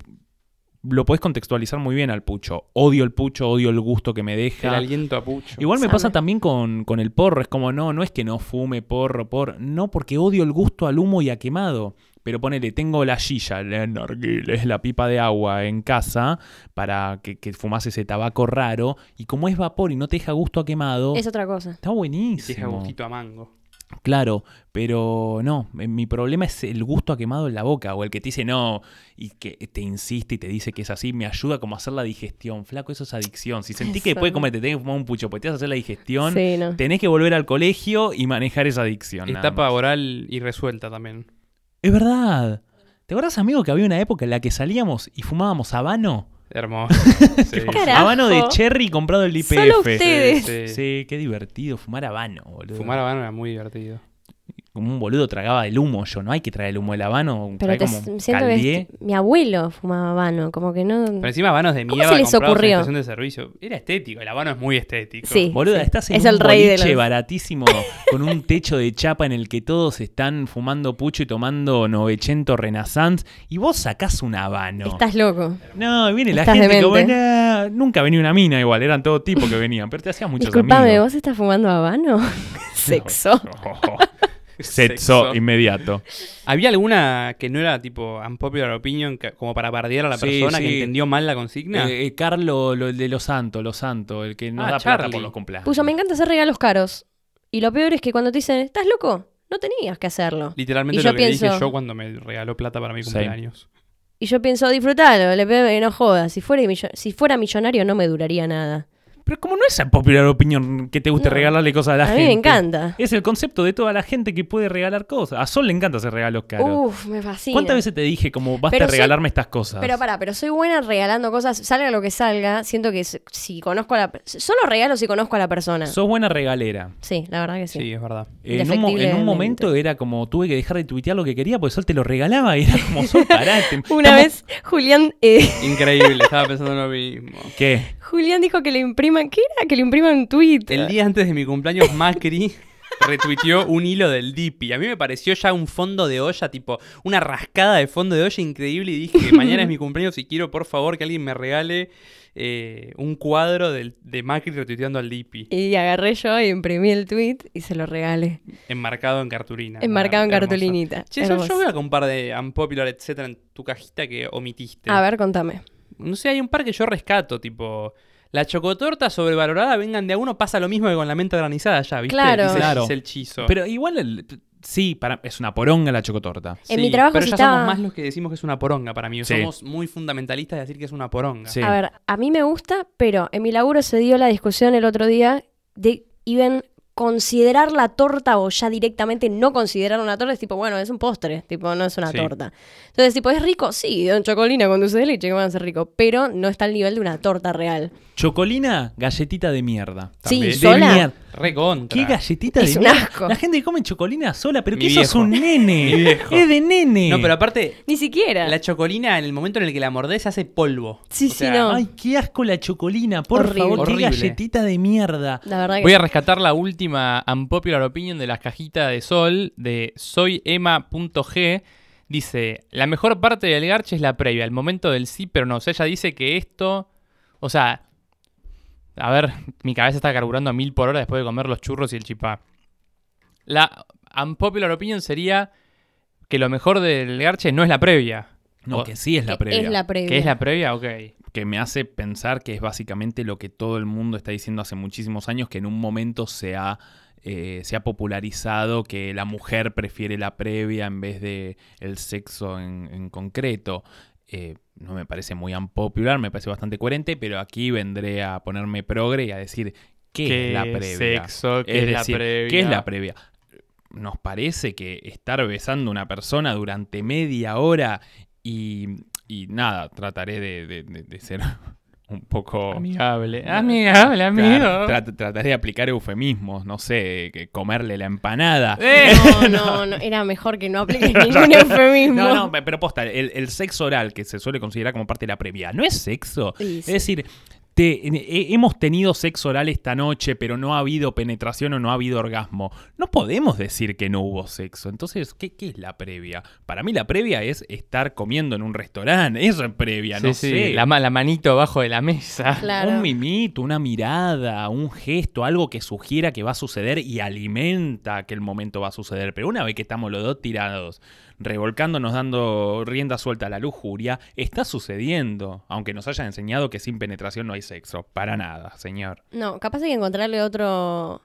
lo podés contextualizar muy bien al pucho. Odio el pucho, odio el gusto que me
El
deja.
aliento a pucho.
Igual me
Sabe.
pasa también con, con el porro. Es como, no, no es que no fume porro, porro. No, porque odio el gusto al humo y a quemado. Pero ponele, tengo la silla, el narguilé, es la pipa de agua en casa para que, que fumas ese tabaco raro. Y como es vapor y no te deja gusto a quemado,
Es otra cosa.
está
Y te deja
buenísimo.
gustito a mango.
Claro, pero no, eh, mi problema es el gusto a quemado en la boca o el que te dice no y que te insiste y te dice que es así, me ayuda como a hacer la digestión, flaco, eso es adicción. Si sentí que
Eso.
después de comer te tenés que fumar un pucho, pues te vas a hacer la digestión,
Sí, no.
tenés que volver al colegio y manejar esa adicción. nada
Etapa
más.
oral y resuelta también.
Es verdad. ¿Te acuerdas, amigo, que había una época en la que salíamos y fumábamos habano?
Hermoso. Sí.
Carajo.
Habano de cherry comprado el IPF.
Solo ustedes.
Sí, sí.
Sí, qué divertido fumar habano, boludo.
Fumar habano era muy divertido.
Como un boludo tragaba el humo, yo no hay que traer el humo del habano.
Pero
trae
te
como
siento que
caldié.
es- mi abuelo fumaba habano, como que no.
Pero encima habanos de
¿Cómo
mierda
se les
comprados en
ocurrió?
estación de servicio. Era estético. El habano es muy estético.
Sí.
Boluda, estás en
Es
un
el rey de
boliche
los-
baratísimo con un techo de chapa en el que todos están fumando pucho y tomando 900 Renaissance y vos sacás un habano.
Estás loco.
No, viene la
Estás
gente como,
demente.
"Nah". nunca venía una mina igual, eran todo tipo que venían, pero te hacías muchos
Disculpame,
amigos.
¿vos estás fumando habano? Sexo.
Sexo inmediato.
¿Había alguna que no era tipo unpopular opinion que- como para bardear a la
Sí,
persona que
sí.
entendió mal la consigna?
Eh, eh, Carlos, lo- el de los santos, los santos, el que nos
Ah,
da plata
Charlie.
por los cumpleaños.
Puyo, me encanta hacer regalos caros. Y lo peor es que cuando te dicen, ¿estás loco? No tenías que hacerlo.
Literalmente
y yo
lo que le dije
pienso-
yo cuando me regaló plata para mi
Sí.
cumpleaños.
Y yo pienso, disfrutalo, le pego que no jodas. Si fuera, millo- si fuera millonario no me duraría nada.
Pero como no es esa popular opinión que te guste
No.
regalarle cosas a la
a
gente.
mí me encanta.
Es el concepto de toda la gente que puede regalar cosas. A Sol le encanta hacer regalos caros.
Uf, me fascina.
¿Cuántas veces te dije como
Uh,
basta
eh. Pero
de
soy-
regalarme estas cosas?
Pero pará, pero soy buena regalando cosas, salga lo que salga. Siento que s- si conozco a la. per- Solo regalo si conozco a la persona.
Sos buena regalera.
Sí, la verdad que sí.
Sí, es verdad.
En un, mo- en un
Indefectiblemente.
momento era como tuve que dejar de tuitear lo que quería porque Sol te lo regalaba y era como Sol parate.
Una vez Julián, eh,
Increíble, estaba pensando lo mismo.
¿Qué?
Julián dijo que le impriman. ¿Qué era? Que le impriman un tweet.
El día antes de mi cumpleaños, Macri retuiteó un hilo del Dipi. A mí me pareció ya un fondo de olla, tipo una rascada de fondo de olla increíble. Y dije, mañana es mi cumpleaños y quiero, por favor, que alguien me regale eh, un cuadro del- de Macri retuiteando al Dipi.
Y agarré yo y imprimí el tweet y se lo regalé.
Enmarcado en cartulina.
Enmarcado en
Hermoso.
cartulinita.
Che, yo,
Hermoso.
yo veo que un par de unpopular, etcétera, en tu cajita que omitiste.
A ver, contame.
No sé, hay un par que yo rescato, tipo. La chocotorta sobrevalorada, vengan de a uno, pasa lo mismo que con la menta granizada ya, ¿viste?
Claro.
Dice-
Claro.
dice el chizo.
Pero igual el- sí, para, es una poronga la chocotorta.
En mi trabajo
pero
se
ya
estaba-
somos más los que decimos que es una poronga para mí.
Sí.
Somos muy fundamentalistas de decir que es una poronga.
Sí.
A ver, a mí me gusta, pero en mi laburo se dio la discusión el otro día de iban considerar la torta o ya directamente no considerar una torta. Es tipo, bueno, es un postre, tipo, no es una
Sí.
torta. Entonces, tipo, ¿es rico? Sí, don chocolina con dulce de leche, que van a ser rico, pero no está al nivel de una torta real.
Chocolina, galletita de mierda.
Sí,
De
sola.
mierda.
Re contra.
¿Qué galletita
Es
de
un
mierda?
asco.
La gente que come chocolina sola, pero
Mi
que eso es
viejo.
un nene.
Mi viejo.
Es de nene.
No, pero aparte,
Ni siquiera.
la chocolina en el momento en el que la mordés hace polvo.
Sí,
O
sí,
sea,
no.
Ay, qué asco la chocolina, por
Horrible.
favor, qué
Horrible.
galletita de mierda.
La verdad que
Voy a rescatar la última unpopular opinion de las cajitas de Sol de soyema.g. Dice, la mejor parte del garche es la previa, el momento del sí, pero no. O sea, ella dice que esto... O sea, a ver, mi cabeza está carburando a mil por hora después de comer los churros y el chipá. La unpopular opinion sería que lo mejor del garche no es la previa.
No,
O-
que sí es la previa.
es la previa.
¿Que es la previa? Ok.
Que me hace pensar que es básicamente lo que todo el mundo está diciendo hace muchísimos años, que en un momento se ha, eh, se ha popularizado que la mujer prefiere la previa en vez de el sexo en, en concreto. Eh, no me parece muy unpopular, me parece bastante coherente, pero aquí vendré a ponerme progre y a decir qué, es la previa.
Sexo, ¿qué
Es
es,
decir,
la previa?
¿Qué es la previa? Nos parece que estar besando a una persona durante media hora y, y nada, trataré de, de- de- de ser un poco...
Amigable. Amigable, amigo.
Claro, trat- trataré de aplicar eufemismos, no sé, que comerle la empanada.
Eh.
No, no, no, era mejor que no apliques ningún eufemismo.
No, no, pe- pero posta, el, el sexo oral que se suele considerar como parte de la previa, no es sexo.
Y
Es
sí.
decir, te- he- hemos tenido sexo oral esta noche, pero no ha habido penetración o no ha habido orgasmo. No podemos decir que no hubo sexo. Entonces, ¿qué, qué es la previa? Para mí la previa es estar comiendo en un restaurante. Eso es previa,
Sí,
no
sí,
sé.
La, ma- la manito abajo de la mesa.
Claro.
Un mimito, una mirada, un gesto, algo que sugiera que va a suceder y alimenta que el momento va a suceder. Pero una vez que estamos los dos tirados, revolcándonos, dando rienda suelta a la lujuria, está sucediendo. Aunque nos hayan enseñado que sin penetración no hay sexo. Para nada, señor.
No, capaz hay que encontrarle otro,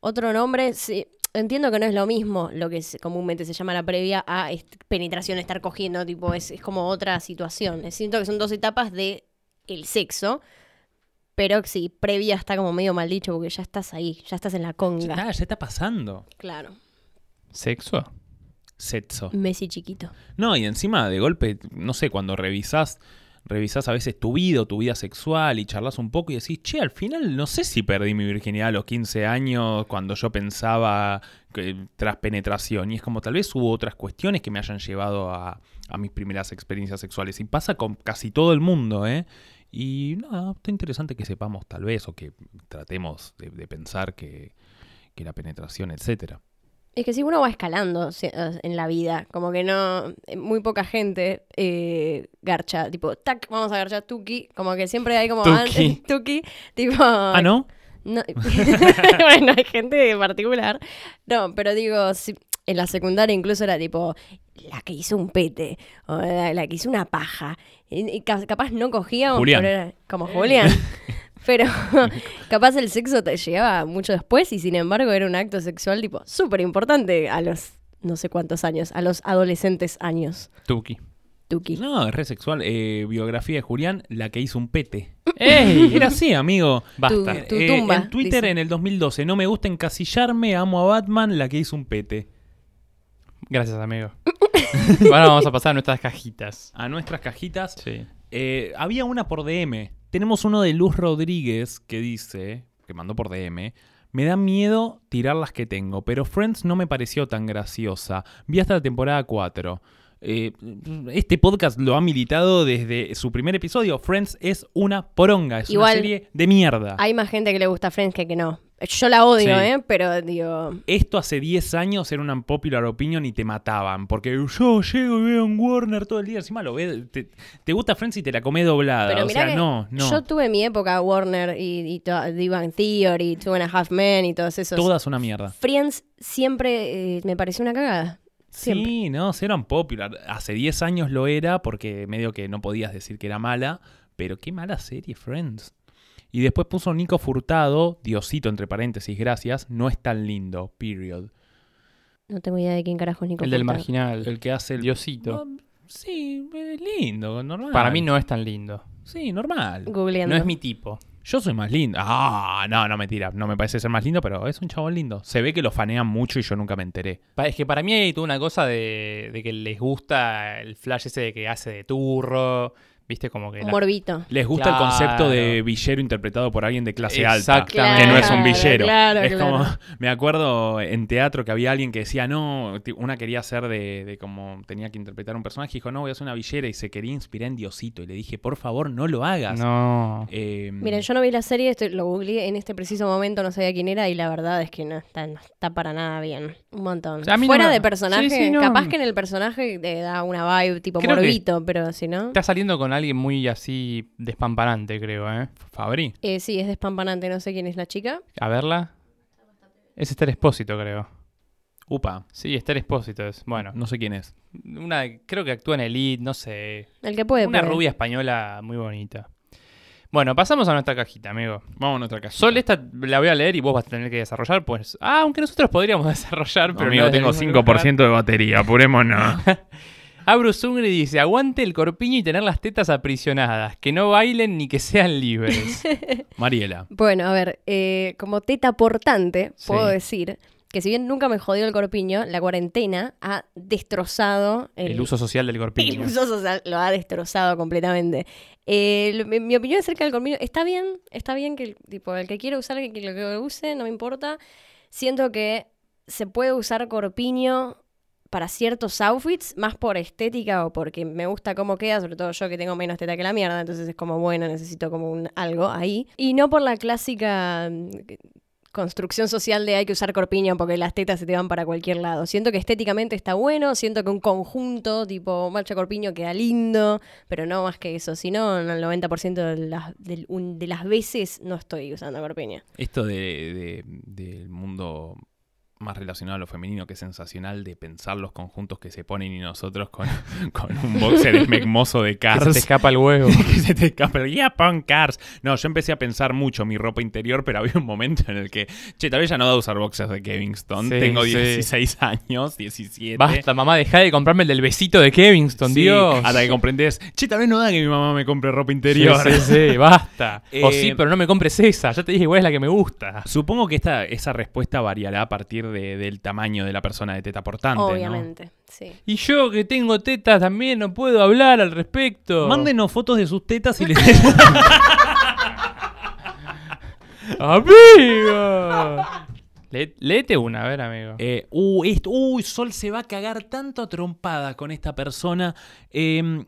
otro nombre. Sí, entiendo que no es lo mismo lo que se- comúnmente se llama la previa a est- penetración, estar cogiendo, tipo, es, es como otra situación. Siento que son dos etapas de el sexo, pero sí, previa está como medio mal dicho porque ya estás ahí, ya estás en la
Ya
conga.
está, Ah, ya está pasando.
Claro.
¿Sexo?
Sexo.
Messi chiquito.
No, y encima de golpe, no sé, cuando revisás, revisás a veces tu vida o tu vida sexual y charlas un poco y decís, che, al final no sé si perdí mi virginidad a los 15 años cuando yo pensaba que, tras penetración. Y es como tal vez hubo otras cuestiones que me hayan llevado a, a mis primeras experiencias sexuales. Y pasa con casi todo el mundo, ¿eh? Y nada, está interesante que sepamos tal vez o que tratemos de, de pensar que, que la penetración, etcétera.
Es que si uno va escalando se- eh, en la vida, como que no, eh, muy poca gente eh, garcha, tipo, tac, vamos a garchar tuki, como que siempre hay como
Tuki.
ah, tuki, tipo...
Ah, ¿no?
No- bueno, hay gente en particular. No, pero digo, si- en la secundaria incluso era tipo la que hizo un pete o la, la que hizo una paja. Y- y ca- capaz no cogíamos,
Julián.
pero era como Julián. Pero capaz el sexo te llegaba mucho después y sin embargo era un acto sexual tipo súper importante a los no sé cuántos años, a los adolescentes años.
Tuki.
Tuki.
No, es re sexual. Eh, biografía de Julián, la que hizo un pete.
¡Ey!
Era así, amigo. eh,
Basta.
Tu- tu tumba,
en Twitter
dice.
en el 2012, no me gusta encasillarme, amo a Batman, la que hizo un pete.
Gracias, amigo. Ahora vamos a pasar a nuestras cajitas.
A nuestras cajitas.
Sí.
Eh, había una por DM. Tenemos uno de Luz Rodríguez que dice, que mandó por DM, me da miedo tirar las que tengo, pero Friends no me pareció tan graciosa. Vi hasta la temporada 4. Eh, este podcast lo ha militado desde su primer episodio. Friends es una poronga, es
Igual-
una serie de mierda.
Hay más gente que le gusta Friends que que no. Yo la odio,
Sí.
¿eh? Pero digo,
Esto hace 10 años era una popular opinion y te mataban. Porque yo llego y veo un Warner todo el día. Encima lo ves. Te, te gusta Friends y te la comés doblada.
Pero
o
mirá
sea,
que
no, no.
Yo tuve mi época Warner y, y to- The Bang Theory, Two and a Half Men y todos esos.
Todas una mierda.
Friends siempre eh, me pareció una cagada. Siempre.
Sí, no, eran popular. Hace 10 años lo era porque medio que no podías decir que era mala. Pero qué mala serie, Friends. Y después puso Nico Furtado, Diosito entre paréntesis, gracias, no es tan lindo, period.
No tengo idea de quién carajo es Nico
El del
Furtado.
marginal.
El que hace el...
Diosito.
No, sí, es lindo, normal.
Para mí no es tan lindo.
Sí, normal.
Googleando.
No es mi tipo.
Yo soy más lindo. Ah, no, no mentira. No me parece ser más lindo, pero es un chabón lindo. Se ve que lo fanean mucho y yo nunca me enteré.
Pa- Es que para mí hay toda una cosa de, de que les gusta el flash ese de que hace de turro, viste, como que...
Un
la- Mm.
morbito.
Les gusta
Claro.
el concepto de villero interpretado por alguien de clase alta.
Exactamente.
Que no es un
Claro,
villero.
claro,
es
claro.
como, me acuerdo en teatro que había alguien que decía, no, ti- una quería ser de, de como tenía que interpretar un personaje. Dijo, no, voy a ser una villera y se quería inspirar en Diosito. Y le dije, por favor, no lo hagas.
No.
Eh,
Miren, yo no vi la serie, estoy- lo googleé en este preciso momento, no sabía quién era y la verdad es que no está, no está para nada bien. Un montón.
O sea, a mí no
Fuera
me-
de personaje,
Sí, sí, no.
capaz que en el personaje te da una vibe tipo
Creo que-
morbito, pero si no.
Está saliendo con alguien muy así despamparante, creo, ¿eh?
Fabri.
Eh, sí, es despampanante, no sé quién es la chica.
A verla. Es Esther Espósito, creo.
Upa.
Sí, Esther Espósito es. Bueno,
No sé quién es.
una, creo que actúa en Elite, no sé.
El que puede.
Una
puede.
rubia española muy bonita. Bueno, pasamos a nuestra cajita, amigo.
Vamos a nuestra casa.
Sol, esta la voy a leer y vos vas a tener que desarrollar, pues. Ah, aunque nosotros podríamos desarrollar, pero.
Amigo,
no desde
tengo
el mismo lugar.
5% de batería, apurémonos.
Abru Zungri dice: Aguante el corpiño y tener las tetas aprisionadas. Que no bailen ni que sean libres.
Mariela.
Bueno, a ver, eh, como teta portante,
Sí.
puedo decir que si bien nunca me jodió el corpiño, la cuarentena ha destrozado
El, uso social del
el
corpiño.
uso social, lo ha destrozado completamente. Eh, lo- mi, mi opinión acerca del corpiño, está bien, está bien que el- tipo, el que quiera usar, el que, el que lo use, no me importa. Siento que se puede usar corpiño para ciertos outfits, más por estética o porque me gusta cómo queda, sobre todo yo que tengo menos teta que la mierda, entonces es como, bueno, necesito como un algo ahí. Y no por la clásica mm, construcción social de hay que usar corpiño porque las tetas se te van para cualquier lado. Siento que estéticamente está bueno, siento que un conjunto tipo marcha corpiño queda lindo, pero no más que eso, si no, en el 90% de las, del- un- de las veces no estoy usando corpiño.
Esto de, de- del mundo más relacionado a lo femenino, que es sensacional de pensar los conjuntos que se ponen y nosotros con, con un boxer esmegmoso de
Que se te
Cars.
escapa el huevo.
Que se te escapa el "Yeah, pon Cars. No, yo empecé a pensar mucho mi ropa interior, pero había un momento en el que, che, tal vez ya no da a usar boxers de Kevingston.
Sí,
Tengo
sí.
16 años, 17.
Basta, mamá, dejá de comprarme el del besito de Kevingston,
Sí,
Dios.
Hasta que comprendes, che, tal vez no da que mi mamá me compre ropa interior.
Sí, sí, sí, basta. o sí,
Eh,
pero no me compres esa. Ya te dije, igual es la que me gusta.
Supongo que esta, esa respuesta variará a partir de- del tamaño de la persona de teta portante, ¿no?
Obviamente, sí.
Y yo que tengo tetas también no puedo hablar al respecto.
Mándenos fotos de sus tetas y les...
¡Amigo! Le- léete una, a ver, amigo.
Eh, uh, esto- uy, Sol se va a cagar tanto a trompadas con esta persona. Eh,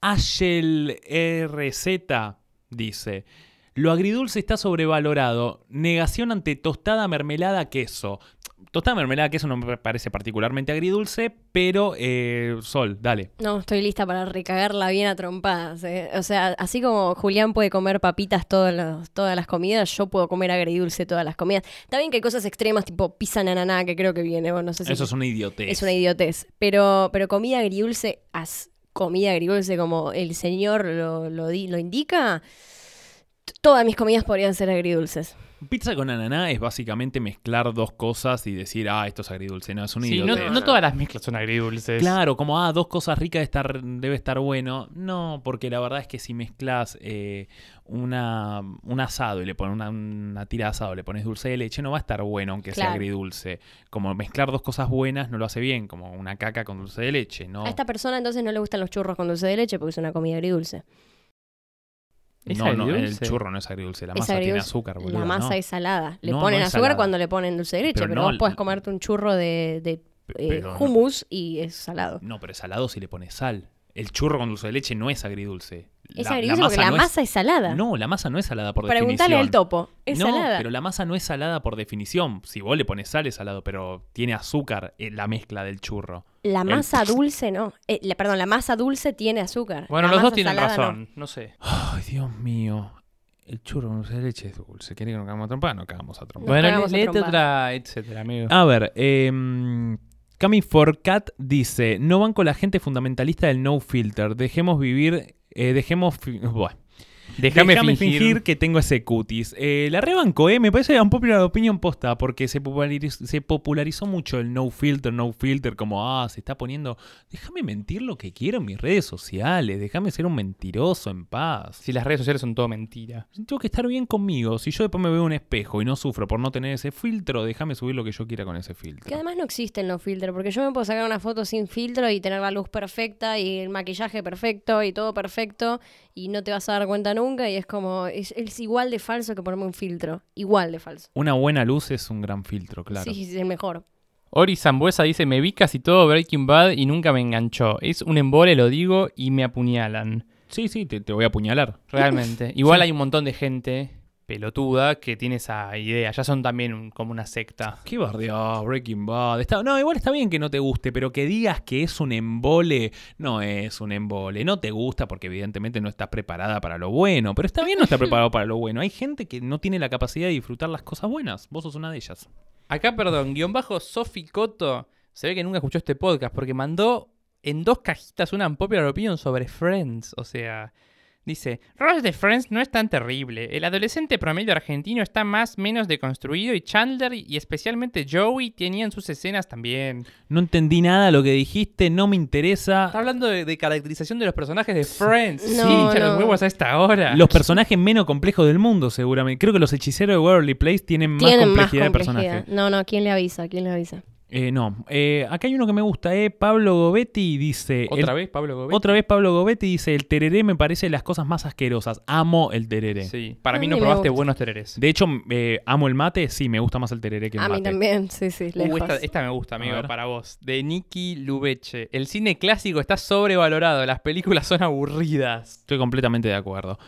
Ashel RZ dice: Lo agridulce está sobrevalorado. Negación ante tostada, mermelada, queso. Tostada, mermelada, queso no me parece particularmente agridulce, pero eh, Sol, dale.
No, estoy lista para recagarla bien a trompadas. eh. O sea, así como Julián puede comer papitas todos los- todas las comidas, yo puedo comer agridulce todas las comidas. Está bien que hay cosas extremas tipo pizza nananá, que creo que viene, bueno, no sé si
Eso es una idiotez.
es una idiotez. Pero, pero comida agridulce, as, comida agridulce como el señor lo, lo di- lo indica, t- todas mis comidas podrían ser agridulces.
Pizza con ananá es básicamente mezclar dos cosas y decir, ah, esto es agridulce. No, es una
Sí, no,
idiotez.
no todas las mezclas son agridulces.
Claro, como, ah, dos cosas ricas estar, debe estar bueno. No, porque la verdad es que si mezclas eh, una, un asado y le pones una, una tira de asado, le pones dulce de leche, no va a estar bueno aunque sea
Claro.
agridulce. Como mezclar dos cosas buenas no lo hace bien, como una caca con dulce de leche, ¿no?
A esta persona entonces no le gustan los churros con dulce de leche porque es una comida agridulce.
¿Es
no, no, el
agridulce?
churro no es agridulce, la
Es
masa tiene
agridulce.
azúcar, boludo.
la masa
¿no?
es salada. Le
No, no
ponen
es
azúcar
salada.
cuando le ponen dulce de leche,
Pero
pero,
no,
vos podés
l-
comerte un churro de, de, eh,
Pero no.
hummus y es salado.
No, pero es salado si le pones sal. El churro con dulce de leche no es agridulce.
Es agridulce porque la
no es-
masa es, salada.
No, la masa no es salada por
Preguntale
definición.
al topo. Es
no,
salada.
pero la masa no es salada por definición. Si vos le pones sal es salado, pero tiene azúcar en la mezcla del churro.
La
El-
masa dulce no. Eh, la- perdón, la masa dulce tiene azúcar.
Bueno,
La
los dos
masa
tienen
salada no.
razón. No, sé.
Ay, Dios mío. El churro con dulce de leche es dulce. ¿Quiere que nos cagamos a trompada? No cagamos a trompada.
Bueno,
cagamos
le-
a
léete
trompadas.
otra, etcétera, amigo.
A ver, eh, Cami Forcat dice, no van con la gente fundamentalista del no filter. Dejemos vivir, eh, dejemos... fi- Buah.
Déjame, fingir.
que tengo ese cutis. Eh, la rebanco, eh, me parece un popular opinion posta, porque se popularizó, se popularizó mucho el no filter, no filter, como, ah, se está poniendo, déjame mentir lo que quiero en mis redes sociales, déjame ser un mentiroso en paz.
Si las redes sociales son todo mentira.
Tengo que estar bien conmigo, si yo después me veo en un espejo y no sufro por no tener ese filtro, déjame subir lo que yo quiera con ese
Que
filtro.
además no existen los filtros, porque yo me puedo sacar una foto sin filtro y tener la luz perfecta y el maquillaje perfecto y todo perfecto y no te vas a dar cuenta nunca y es como, es, es igual de falso que ponerme un filtro, igual de falso.
Una buena luz es un gran filtro, claro.
Sí, sí, es mejor.
Ori Zambuesa dice, me vi casi todo Breaking Bad y nunca me enganchó. Es un embole, lo digo, y me apuñalan.
Sí, sí, te, te voy a apuñalar.
Realmente. Igual hay un montón de gente pelotuda que tiene esa idea. Ya son también un- como una secta.
Qué bardeado, Breaking Bad. Está- no, igual está bien que no te guste, pero que digas que es un embole, no es un embole. No te gusta porque evidentemente no estás preparada para lo bueno, pero está bien no estar preparado para lo bueno. Hay gente que no tiene la capacidad de disfrutar las cosas buenas. Vos sos una de ellas.
Acá, perdón, guión bajo Sofi Cotto. Se ve que nunca escuchó este podcast porque mandó en dos cajitas una popular opinion sobre Friends. O sea, Dice, Ross de Friends no es tan terrible. El adolescente promedio argentino está más menos deconstruido y Chandler y especialmente Joey tenían sus escenas también.
No entendí nada de lo que dijiste, no me interesa.
Ah. Está hablando de, de caracterización de los personajes de Friends.
No,
sí, hincha los
no.
huevos a esta hora.
Los personajes menos complejos del mundo, seguramente. Creo que los hechiceros de Waverly Place tienen,
Tienen más
más complejidad de
complejidad.
personaje.
No, no, ¿quién le avisa? ¿Quién le avisa?
Eh, no. Eh, acá hay uno que me gusta, ¿eh? Pablo Gobetti dice.
Otra
el-
vez Pablo Gobetti.
Otra vez Pablo Gobetti dice: El tereré me parece de las cosas más asquerosas. Amo el tereré.
Sí, para
A
mí
mí
no
me
probaste
gusta.
buenos tereres.
De hecho, eh, amo el mate. Sí, me gusta más el tereré que el
A mí
mate.
también, sí, sí,
Uh,
lejos.
esta, esta me gusta, amigo,
ver.
para vos. De Nicky Lubeche. El cine clásico está sobrevalorado. Las películas son aburridas.
Estoy completamente de acuerdo.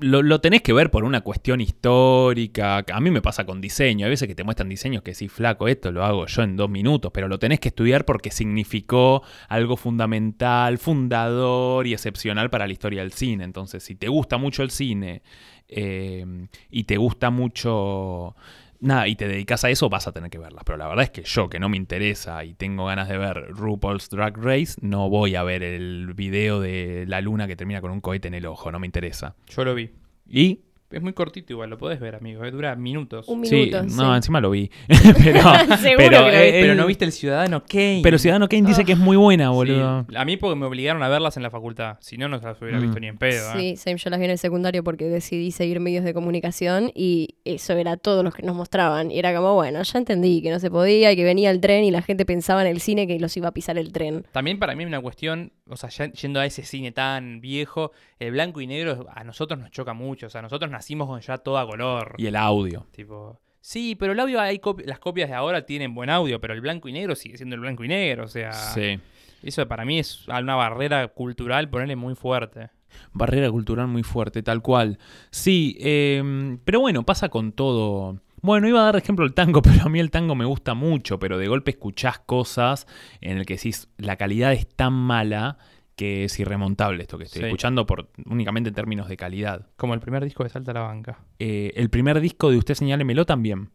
Lo, lo tenés que ver por una cuestión histórica. A mí me pasa con diseño. Hay veces que te muestran diseños que sí, flaco, esto lo hago yo en dos minutos, pero lo tenés que estudiar porque significó algo fundamental, fundador y excepcional para la historia del cine. Entonces, si te gusta mucho el cine eh, y te gusta mucho... Nada, y te dedicas a eso, vas a tener que verlas. Pero la verdad es que yo, que no me interesa y tengo ganas de ver RuPaul's Drag Race, no voy a ver el video de la luna que termina con un cohete en el ojo, no me interesa.
Yo lo vi.
Y.
Es muy cortito igual, lo podés ver, amigo. eh, Dura minutos.
Un minuto.
sí,
sí.
no, encima lo vi. pero,
Seguro
pero,
que lo
eh,
viste.
Pero
el-
no viste El Ciudadano Kane.
Pero Ciudadano Kane dice que es muy buena,
Sí.
boludo.
A mí porque me obligaron a verlas en la facultad. Si no, no las hubiera
Mm.
visto ni en pedo. eh.
Sí, same, yo las vi en el secundario porque decidí seguir medios de comunicación y eso era todo lo que nos mostraban. Y era como, bueno, ya entendí que no se podía y que venía el tren y la gente pensaba en el cine que los iba a pisar el tren.
También para mí es una cuestión, o sea, ya yendo a ese cine tan viejo, el blanco y negro a nosotros nos choca mucho. O sea, nosotros nacimos con ya todo a color.
Y el audio.
Tipo, sí, pero el audio, hay copi- las copias de ahora tienen buen audio, pero el blanco y negro sigue siendo el blanco y negro. O sea,
Sí.
eso para mí es una barrera cultural, ponerle muy fuerte.
Barrera cultural muy fuerte, tal cual. Sí, eh, pero bueno, pasa con todo. Bueno, iba a dar ejemplo el tango, pero a mí el tango me gusta mucho, pero de golpe escuchás cosas en el que decís, la calidad es tan mala que es irremontable esto que estoy
Sí.
escuchando por únicamente en términos de calidad.
Como el primer disco de Salta a la Banca.
Eh, el primer disco de Usted Señálemelo también.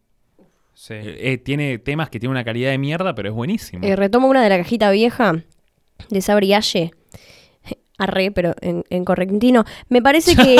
Sí.
Eh, eh, tiene temas que tiene una calidad de mierda, pero es buenísimo.
Eh, retomo una de la cajita vieja de Sabri Aye. Arre, pero en, en correntino. Me parece que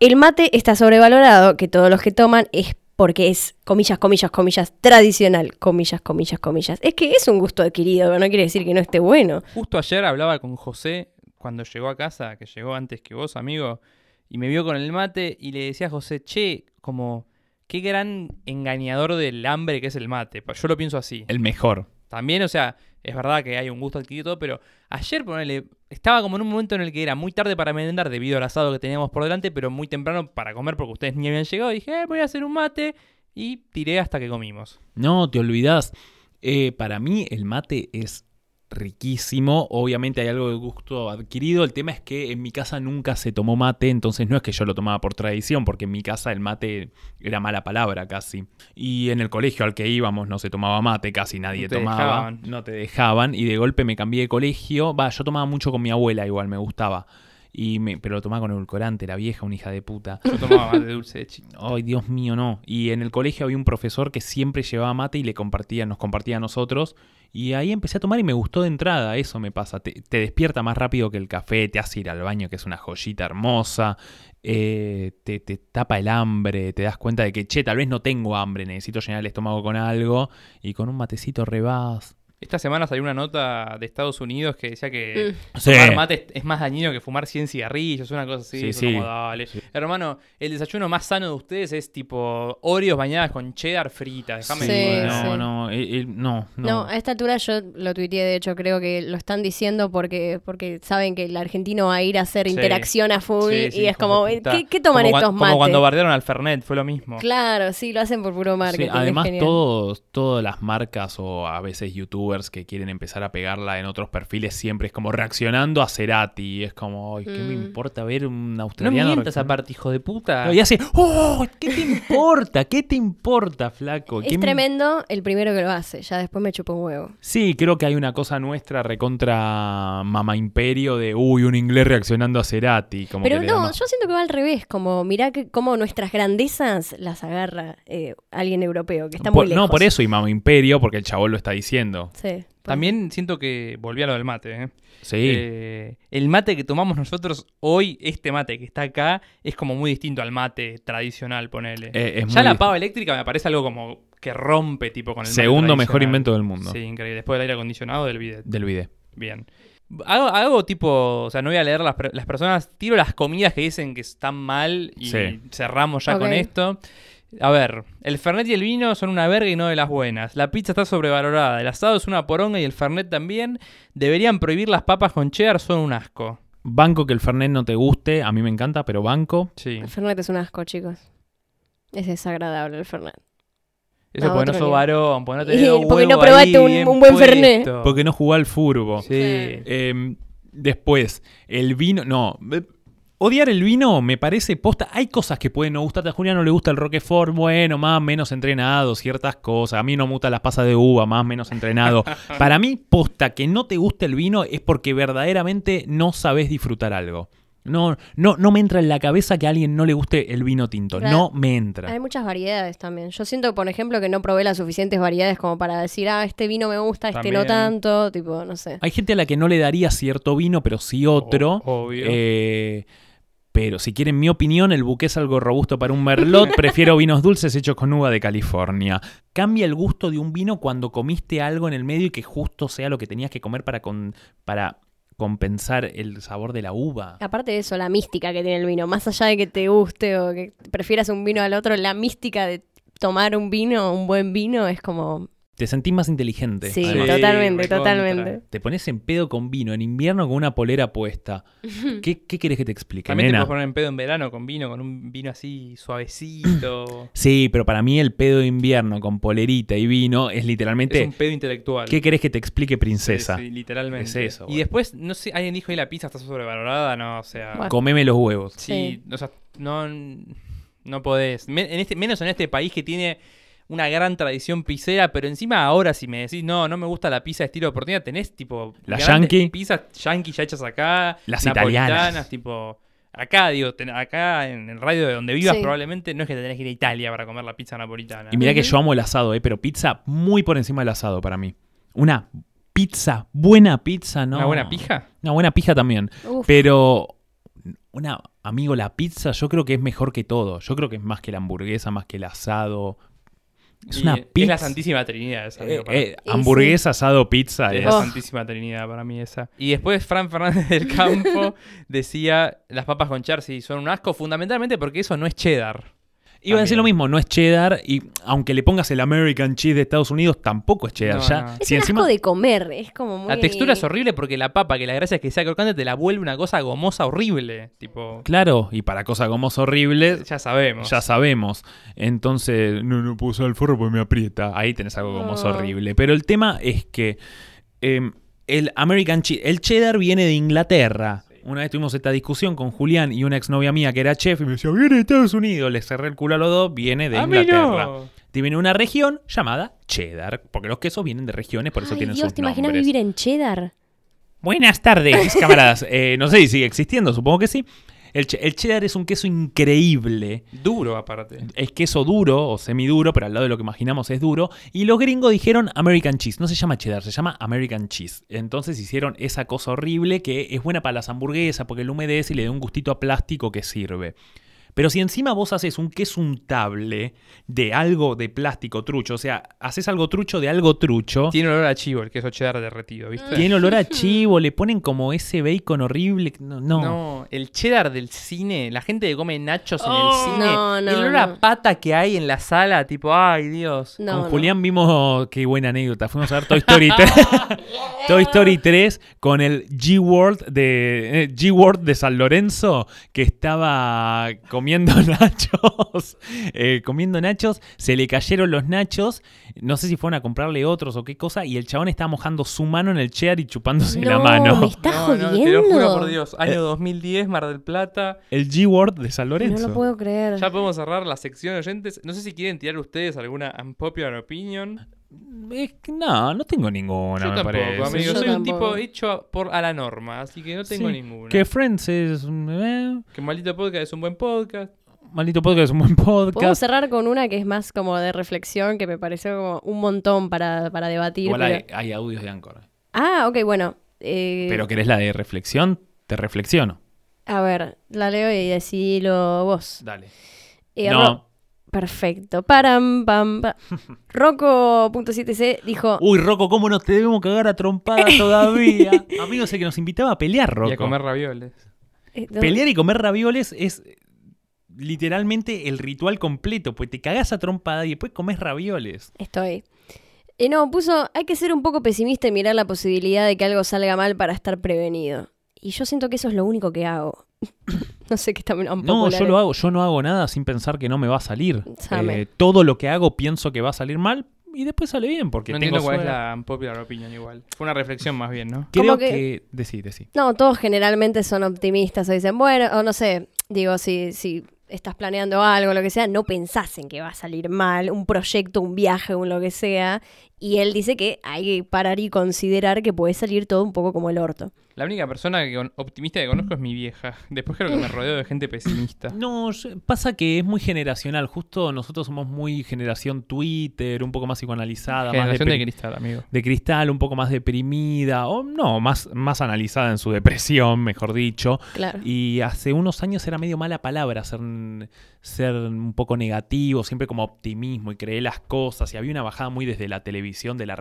el mate está sobrevalorado, que todos los que toman es porque es, comillas, comillas, comillas, tradicional, comillas, comillas, comillas. Es que es un gusto adquirido, pero no quiere decir que no esté bueno.
Justo ayer hablaba con José cuando llegó a casa, que llegó antes que vos, amigo, y me vio con el mate y le decía a José, che, como, qué gran engañador del hambre que es el mate. Pa- Yo lo pienso así.
El mejor.
También, o sea, es verdad que hay un gusto adquirido, y todo, pero ayer, ponele, estaba como en un momento en el que era muy tarde para merendar debido al asado que teníamos por delante, pero muy temprano para comer porque ustedes ni habían llegado. Y dije, "Eh, voy a hacer un mate y tiré hasta que comimos.
No, te olvidás. Eh, para mí el mate es riquísimo. Obviamente hay algo de gusto adquirido. El tema es que en mi casa nunca se tomó mate, entonces no es que yo lo tomaba por tradición, porque en mi casa el mate era mala palabra casi. Y en el colegio al que íbamos no se tomaba mate, casi nadie
No te
tomaba.
dejaban.
No te dejaban. Y de golpe me cambié de colegio. Va, yo tomaba mucho con mi abuela igual, me gustaba. Y me- pero lo tomaba con edulcorante, la vieja, una hija de puta.
Yo tomaba mate dulce de chico.
Ay, Dios mío, no. Y en el colegio había un profesor que siempre llevaba mate y le compartía, nos compartía a nosotros. Y ahí empecé a tomar y me gustó de entrada, eso me pasa. Te, te despierta más rápido que el café, te hace ir al baño, que es una joyita hermosa, eh, te, te tapa el hambre, te das cuenta de que, che, tal vez no tengo hambre, necesito llenar el estómago con algo. Y con un matecito rebás.
Esta semana salió una nota de Estados Unidos que decía que
Mm.
Fumar mate es- es más dañino que fumar 100 cigarrillos, una cosa así.
Sí,
es
sí.
como, dale. Hermano, el desayuno más sano de ustedes es tipo Oreos bañadas con cheddar frita. Déjame
Sí,
de joder.
no,
sí.
no, eh, eh, no,
No.
no.
a esta altura yo lo tuiteé, de hecho, creo que lo están diciendo porque, porque saben que el argentino va a ir a hacer
Sí.
interacción a full
Sí, sí,
y es
hijos
como,
de
eh,
puta.
¿qué, qué toman
Como cua-
estos mates?
Como cuando bardearon al Fernet, fue lo mismo.
Claro, sí, lo hacen por puro
Sí,
marketing. es
además,
genial.
todos, todas las marcas o a veces youtubers que quieren empezar a pegarla en otros perfiles siempre es como reaccionando a Cerati. Es como, "Ay, ¿qué me
Mm.
importa ver un
No
australiano?
mientas
reaccionando?".
aparte, hijo de puta.
No, y hace, ¡oh! ¿Qué te importa? ¿Qué te importa, flaco? ¿Qué
Es
me-
tremendo el primero que lo hace, ya después me chupa un huevo.
Sí, creo que hay una cosa nuestra recontra Mama Imperio de, uy, un inglés reaccionando a Cerati. Como
Pero
que le da
no,
más-
yo siento que va al revés, como mirá que, cómo nuestras grandezas las agarra eh, alguien europeo, que está
Por-
muy lejos.
no, por eso y Mama Imperio, porque el chabón lo está diciendo.
Sí. pues,
También siento que volví a lo del mate. ¿eh?
Sí.
Eh, el mate que tomamos nosotros hoy, este mate que está acá, es como muy distinto al mate tradicional, ponele.
Eh, es
ya
muy-
la pava eléctrica me parece algo como que rompe tipo con el mate
Segundo mejor
tradicional.
invento del mundo.
Sí, increíble. Después del aire acondicionado del bidet.
Del bidet.
Bien. Hago, hago tipo, o sea, no voy a leer las, pre- las personas, tiro las comidas que dicen que están mal y
Sí.
cerramos ya
Ok.
con esto. A ver, el Fernet y el vino son una verga y no de las buenas. La pizza está sobrevalorada, el asado es una poronga y el Fernet también. Deberían prohibir las papas con cheddar, son un asco.
Banco que el Fernet no te guste, a mí me encanta, pero banco.
Sí.
El Fernet es un asco, chicos. Es desagradable el Fernet.
Eso
No,
porque no
otro
sos
nivel.
varón, porque no
Y
tenés
porque
los
no
huevos
probaste
ahí
un-
bien
un buen Fernet.
puestos.
Porque no jugá al furbo.
Sí.
Eh, después, el vino. No. eh, Odiar el vino me parece posta. Hay cosas que pueden no gustarte. A Julia no le gusta el Roquefort, bueno, más menos entrenado, ciertas cosas. A mí no me gustan las pasas de uva, más menos entrenado. Para mí, posta, que no te guste el vino es porque verdaderamente no sabes disfrutar algo. No, no, no me entra en la cabeza que a alguien no le guste el vino tinto.
Claro.
No me entra.
Hay muchas variedades también. Yo siento, por ejemplo, que no probé las suficientes variedades como para decir, ah, este vino me gusta, este no
También.
tanto, tipo, no sé.
Hay gente a la que no le daría cierto vino, pero sí otro.
O- obvio.
Eh, pero si quieren mi opinión, el buque es algo robusto para un merlot. Prefiero vinos dulces hechos con uva de California. Cambia el gusto de un vino cuando comiste algo en el medio y que justo sea lo que tenías que comer para, con- para compensar el sabor de la uva.
Aparte de eso, la mística que tiene el vino, más allá de que te guste o que prefieras un vino al otro, la mística de tomar un vino, un buen vino, es como...
Te sentís más inteligente.
Sí,
además.
totalmente,
recontra.
totalmente.
Te pones en pedo con vino en invierno con una polera puesta. ¿Qué, qué querés que te explique,
También te
nena?
puedes poner en pedo en verano con vino, con un vino así suavecito.
Sí, pero para mí el pedo de invierno con polerita y vino es literalmente...
es un pedo intelectual.
¿Qué querés que te explique, princesa?
Sí, sí, literalmente.
Es eso,
Y
bueno.
después, no sé, alguien dijo, y la pizza está sobrevalorada, no, o sea.
Bueno.
Comeme los huevos.
Sí, o sea, no, no podés. Me- en este, menos en este país que tiene una gran tradición pizzera, pero encima ahora si me decís, no, no me gusta la pizza de estilo oportunidad, tenés tipo...
La
grandes
yankee.
Pizzas yankee ya hechas acá.
Las
napolitanas,
italianas.
tipo... Acá, digo, ten- acá en el radio de donde vivas
Sí.
probablemente no es que te tenés que ir a Italia para comer la pizza napolitana.
Y mirá que
Ujú.
yo amo el asado, eh, pero pizza muy por encima del asado para mí. Una pizza, buena pizza, ¿no?
¿Una buena pija?
Una buena pija también.
Uf,
Pero, una, amigo, la pizza yo creo que es mejor que todo. Yo creo que es más que la hamburguesa, más que el asado. Es
Y
una
Es la
pizza.
Santísima Trinidad esa.
Eh,
amigo, para
eh,
Y
hamburguesa, asado, pizza.
Es
es-
la
Oh.
Santísima Trinidad para mí esa. Y después Fran Fernández del Campo decía, las papas con char sí son un asco, fundamentalmente porque eso no es cheddar.
Iba a decir
También.
lo mismo, no es cheddar y aunque le pongas el American cheese de Estados Unidos, tampoco es cheddar.
No,
ya,
no.
es
si
un
encima-
asco de comer, es como muy...
La textura es horrible porque la papa, que la gracia es que sea crocante, te la vuelve una cosa gomosa horrible. Tipo,
Claro, y para cosas como horribles,
ya sabemos.
Ya sabemos. Entonces, no, no puedo usar el forro porque me aprieta. Ahí tenés algo como es
Ah.
horrible. Pero el tema es que eh, el American che- el cheddar viene de Inglaterra. Una vez tuvimos esta discusión con Julián y una exnovia mía que era chef y me decía, viene de Estados Unidos. Le cerré el culo a los dos, viene de
Ah,
A mí
Inglaterra.
no.
Tiene una región llamada cheddar, porque los quesos vienen de regiones, por eso
Ay,
tienen
Dios,
sus
¿te imaginas
nombres.
vivir en cheddar?
Buenas tardes, camaradas. Eh, no sé si sigue existiendo, supongo que sí. El, che- el cheddar es un queso increíble
Duro aparte.
es queso duro o semiduro, pero al lado de lo que imaginamos es duro. Y los gringos dijeron American cheese. No se llama cheddar, se llama American cheese. Entonces hicieron esa cosa horrible que es buena para las hamburguesas porque lo humedece y le da un gustito a plástico que sirve. Pero si encima vos haces un queso untable de algo de plástico trucho, o sea, haces algo trucho de algo trucho,
Tiene olor a chivo el queso cheddar derretido, ¿viste?
tiene olor a chivo, le ponen como ese bacon horrible. No, no.
No, el cheddar del cine, la gente que come nachos
Oh.
en el cine,
No, no,
el olor
no.
a pata que hay en la sala, tipo, ay Dios.
No,
con
no.
Julián vimos, qué buena anécdota, fuimos a ver Toy Story 3, Toy Story 3 con el G-Word de, eh, G-Word de San Lorenzo que estaba comiendo nachos, eh, comiendo nachos, se le cayeron los nachos, no sé si fueron a comprarle otros o qué cosa, y el chabón estaba mojando su mano en el cheddar y chupándose la
No, me
mano.
estás
No, no,
jodiendo. Eh.
te lo juro por Dios. Año 2010, Mar del Plata.
El G-Word de San
No
Lorenzo.
lo puedo creer.
Ya podemos cerrar la sección oyentes. No sé si quieren tirar ustedes alguna unpopular opinion.
Es que no, no tengo ninguna,
Yo
me
tampoco,
parece.
amigo.
Yo
Soy
tampoco.
un tipo hecho a- por, a la norma, así que no tengo
Sí,
ninguna.
Que Friends es... eh,
Que Maldito Podcast es un buen podcast.
Maldito podcast es un buen
Podemos
podcast.
cerrar con una que es más como de reflexión, que me pareció como un montón para, para debatir.
Igual
pero-
hay, hay audios de Anchor.
Ah, ok, bueno. eh,
Pero querés la de reflexión, te reflexiono.
A ver, la leo y decidilo vos.
Dale.
Eh, Ro-
no.
Perfecto. Param, pam, pam. Rocco.7c dijo...
Uy, Rocco, ¿cómo nos te debemos cagar a trompada todavía? Amigo, sé que nos invitaba a pelear, Rocco.
Y a comer ravioles.
eh, no-
Pelear y comer ravioles es eh, literalmente el ritual completo, pues te cagás a trompada y después comes ravioles.
Estoy. Y no, puso, hay que ser un poco pesimista y mirar la posibilidad de que algo salga mal para estar prevenido. Y yo siento que eso es lo único que hago. no sé qué está tan
No,
popular.
yo lo hago, yo no hago nada sin pensar que no me va a salir.
Same.
Eh, todo lo que hago pienso que va a salir mal y después sale bien porque
no
tengo
entiendo cuál es
suerte.
la popular opinión igual. Fue una reflexión más bien, ¿no?
Como
Creo
que-
que... decí, decí.
No, todos generalmente son optimistas o dicen, bueno, o no sé, digo, si, si estás planeando algo, lo que sea, no pensás en que va a salir mal, un proyecto, un viaje, un lo que sea. Y él dice que hay que parar y considerar que puede salir todo un poco como el orto.
La única persona que con- optimista que conozco es mi vieja. Después creo que me rodeo de gente pesimista.
No, yo- pasa que es muy generacional. Justo nosotros somos muy generación Twitter, un poco más psicoanalizada,
Generación
más
de
depri-
cristal, amigo.
de cristal, un poco más deprimida, o no, más, más analizada en su depresión, mejor dicho.
Claro.
Y hace unos años era medio mala palabra ser, ser un poco negativo, siempre como optimismo y creer las cosas. Y había una bajada muy desde la televisión de la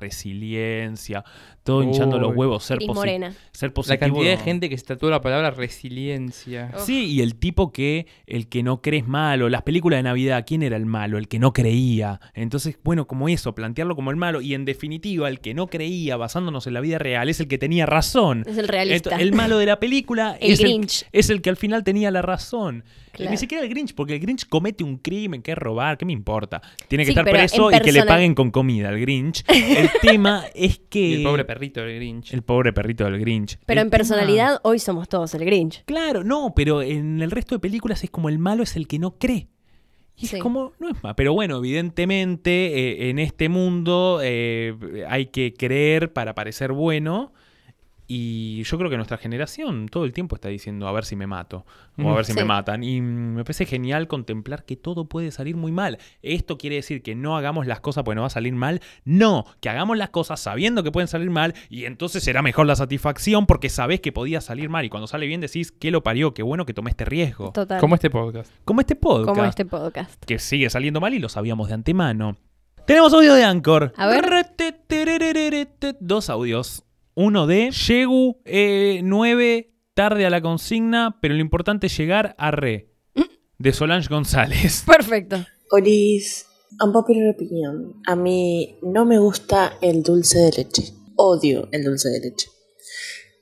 resiliencia, todo hinchando los
Uy.
huevos, ser,
Cris
posi-
Morena.
ser
La
positivo.
cantidad de
no.
gente que se tatúa la palabra resiliencia.
Sí, y el tipo que, el que no cree es malo, las películas de Navidad, ¿quién era el malo? El que no creía. Entonces, bueno, como eso, plantearlo como el malo, y en definitiva, el que no creía, basándonos en la vida real, es el que tenía razón.
Es el realista.
Ento- El malo de la película
El
es,
Grinch.
El, es el que al final tenía la razón. Eh,
Claro.
Ni siquiera el Grinch, porque el Grinch comete un crimen, que es robar, ¿qué me importa? Tiene que
Sí,
estar
pero en
preso y que le
persona-
paguen con comida al Grinch. El tema es que...
Y el pobre perrito del Grinch.
el pobre perrito del Grinch.
Pero
El
en
tema-
personalidad, hoy somos todos el Grinch.
Claro, no, pero en el resto de películas es como el malo es el que no cree. Y
Sí.
es como, no es más. Pero bueno, evidentemente eh, en este mundo eh, hay que creer para parecer bueno. Y yo creo que nuestra generación todo el tiempo está diciendo a ver si me mato o a ver si
Sí.
me matan. Y mm, me parece genial contemplar que todo puede salir muy mal. ¿Esto quiere decir que no hagamos las cosas porque no va a salir mal? No, que hagamos las cosas sabiendo que pueden salir mal y entonces será mejor la satisfacción porque sabés que podía salir mal. Y cuando sale bien decís, que lo parió? Qué bueno que tomé este riesgo.
Total.
Como este podcast.
Como este podcast
Como este podcast.
que sigue saliendo mal y lo sabíamos de antemano. Tenemos audio de Anchor.
A ver.
Dos audios. Uno de Yegu 9, tarde a la consigna, pero lo importante es llegar a Re.
Mm.
De Solange González.
Perfecto.
Olis, unpopular opinion. A mí no me gusta el dulce de leche. Odio el dulce de leche.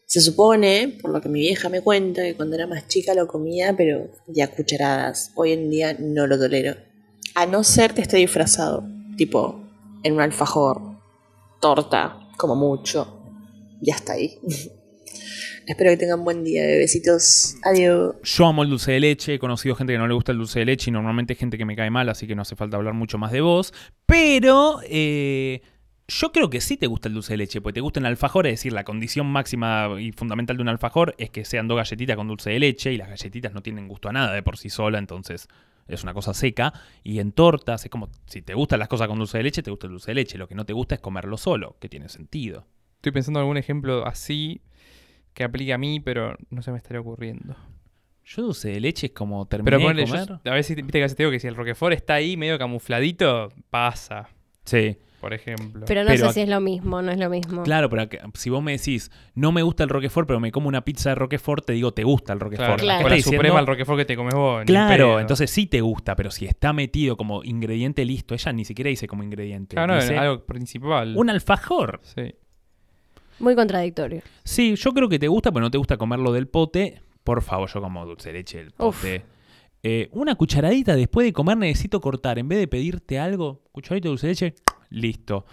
Se supone, por lo que mi vieja me cuenta, que cuando era más chica lo comía, pero ya cucharadas. Hoy en día no lo tolero. A no ser que esté disfrazado, tipo en un alfajor, torta, como mucho. Ya está ahí. Espero que tengan buen día, bebecitos. Adiós.
Yo amo el dulce de leche, he conocido gente que no le gusta el dulce de leche y normalmente gente que me cae mal, así que no hace falta hablar mucho más de vos. Pero eh, yo creo que sí te gusta el dulce de leche, porque te gusta el alfajor, es decir, la condición máxima y fundamental de un alfajor es que sean dos galletitas con dulce de leche y las galletitas no tienen gusto a nada de por sí sola, entonces es una cosa seca. Y en tortas es como, si te gustan las cosas con dulce de leche, te gusta el dulce de leche, lo que no te gusta es comerlo solo, que tiene sentido.
Estoy pensando en algún ejemplo así que aplique a mí, pero no se me estaría ocurriendo.
Yo dulce de leche es como terminé
Pero
de
ponle, yo-
comer.
a veces, viste que a veces te digo que si el Roquefort está ahí medio camufladito, pasa,
Sí.
por ejemplo.
Pero no
Pero
sé si es lo mismo, no es lo mismo.
Claro, pero acá- si vos me decís, no me gusta el Roquefort, pero me como una pizza de Roquefort, te digo, te gusta el
claro,
Roquefort.
Claro.
Acá
con la
está diciendo-
suprema el Roquefort que te comes vos. ni
Claro,
pedo.
entonces sí te gusta, pero si está metido como ingrediente listo, ella ni siquiera dice como ingrediente.
Claro, no,
dice,
algo principal.
Un alfajor.
Sí.
Muy contradictorio.
Sí, yo creo que te gusta, pero no te gusta comerlo del pote. Por favor, yo como dulce de leche del pote. Eh, una cucharadita después de comer necesito cortar. En vez de pedirte algo, cucharadita de dulce de leche, listo.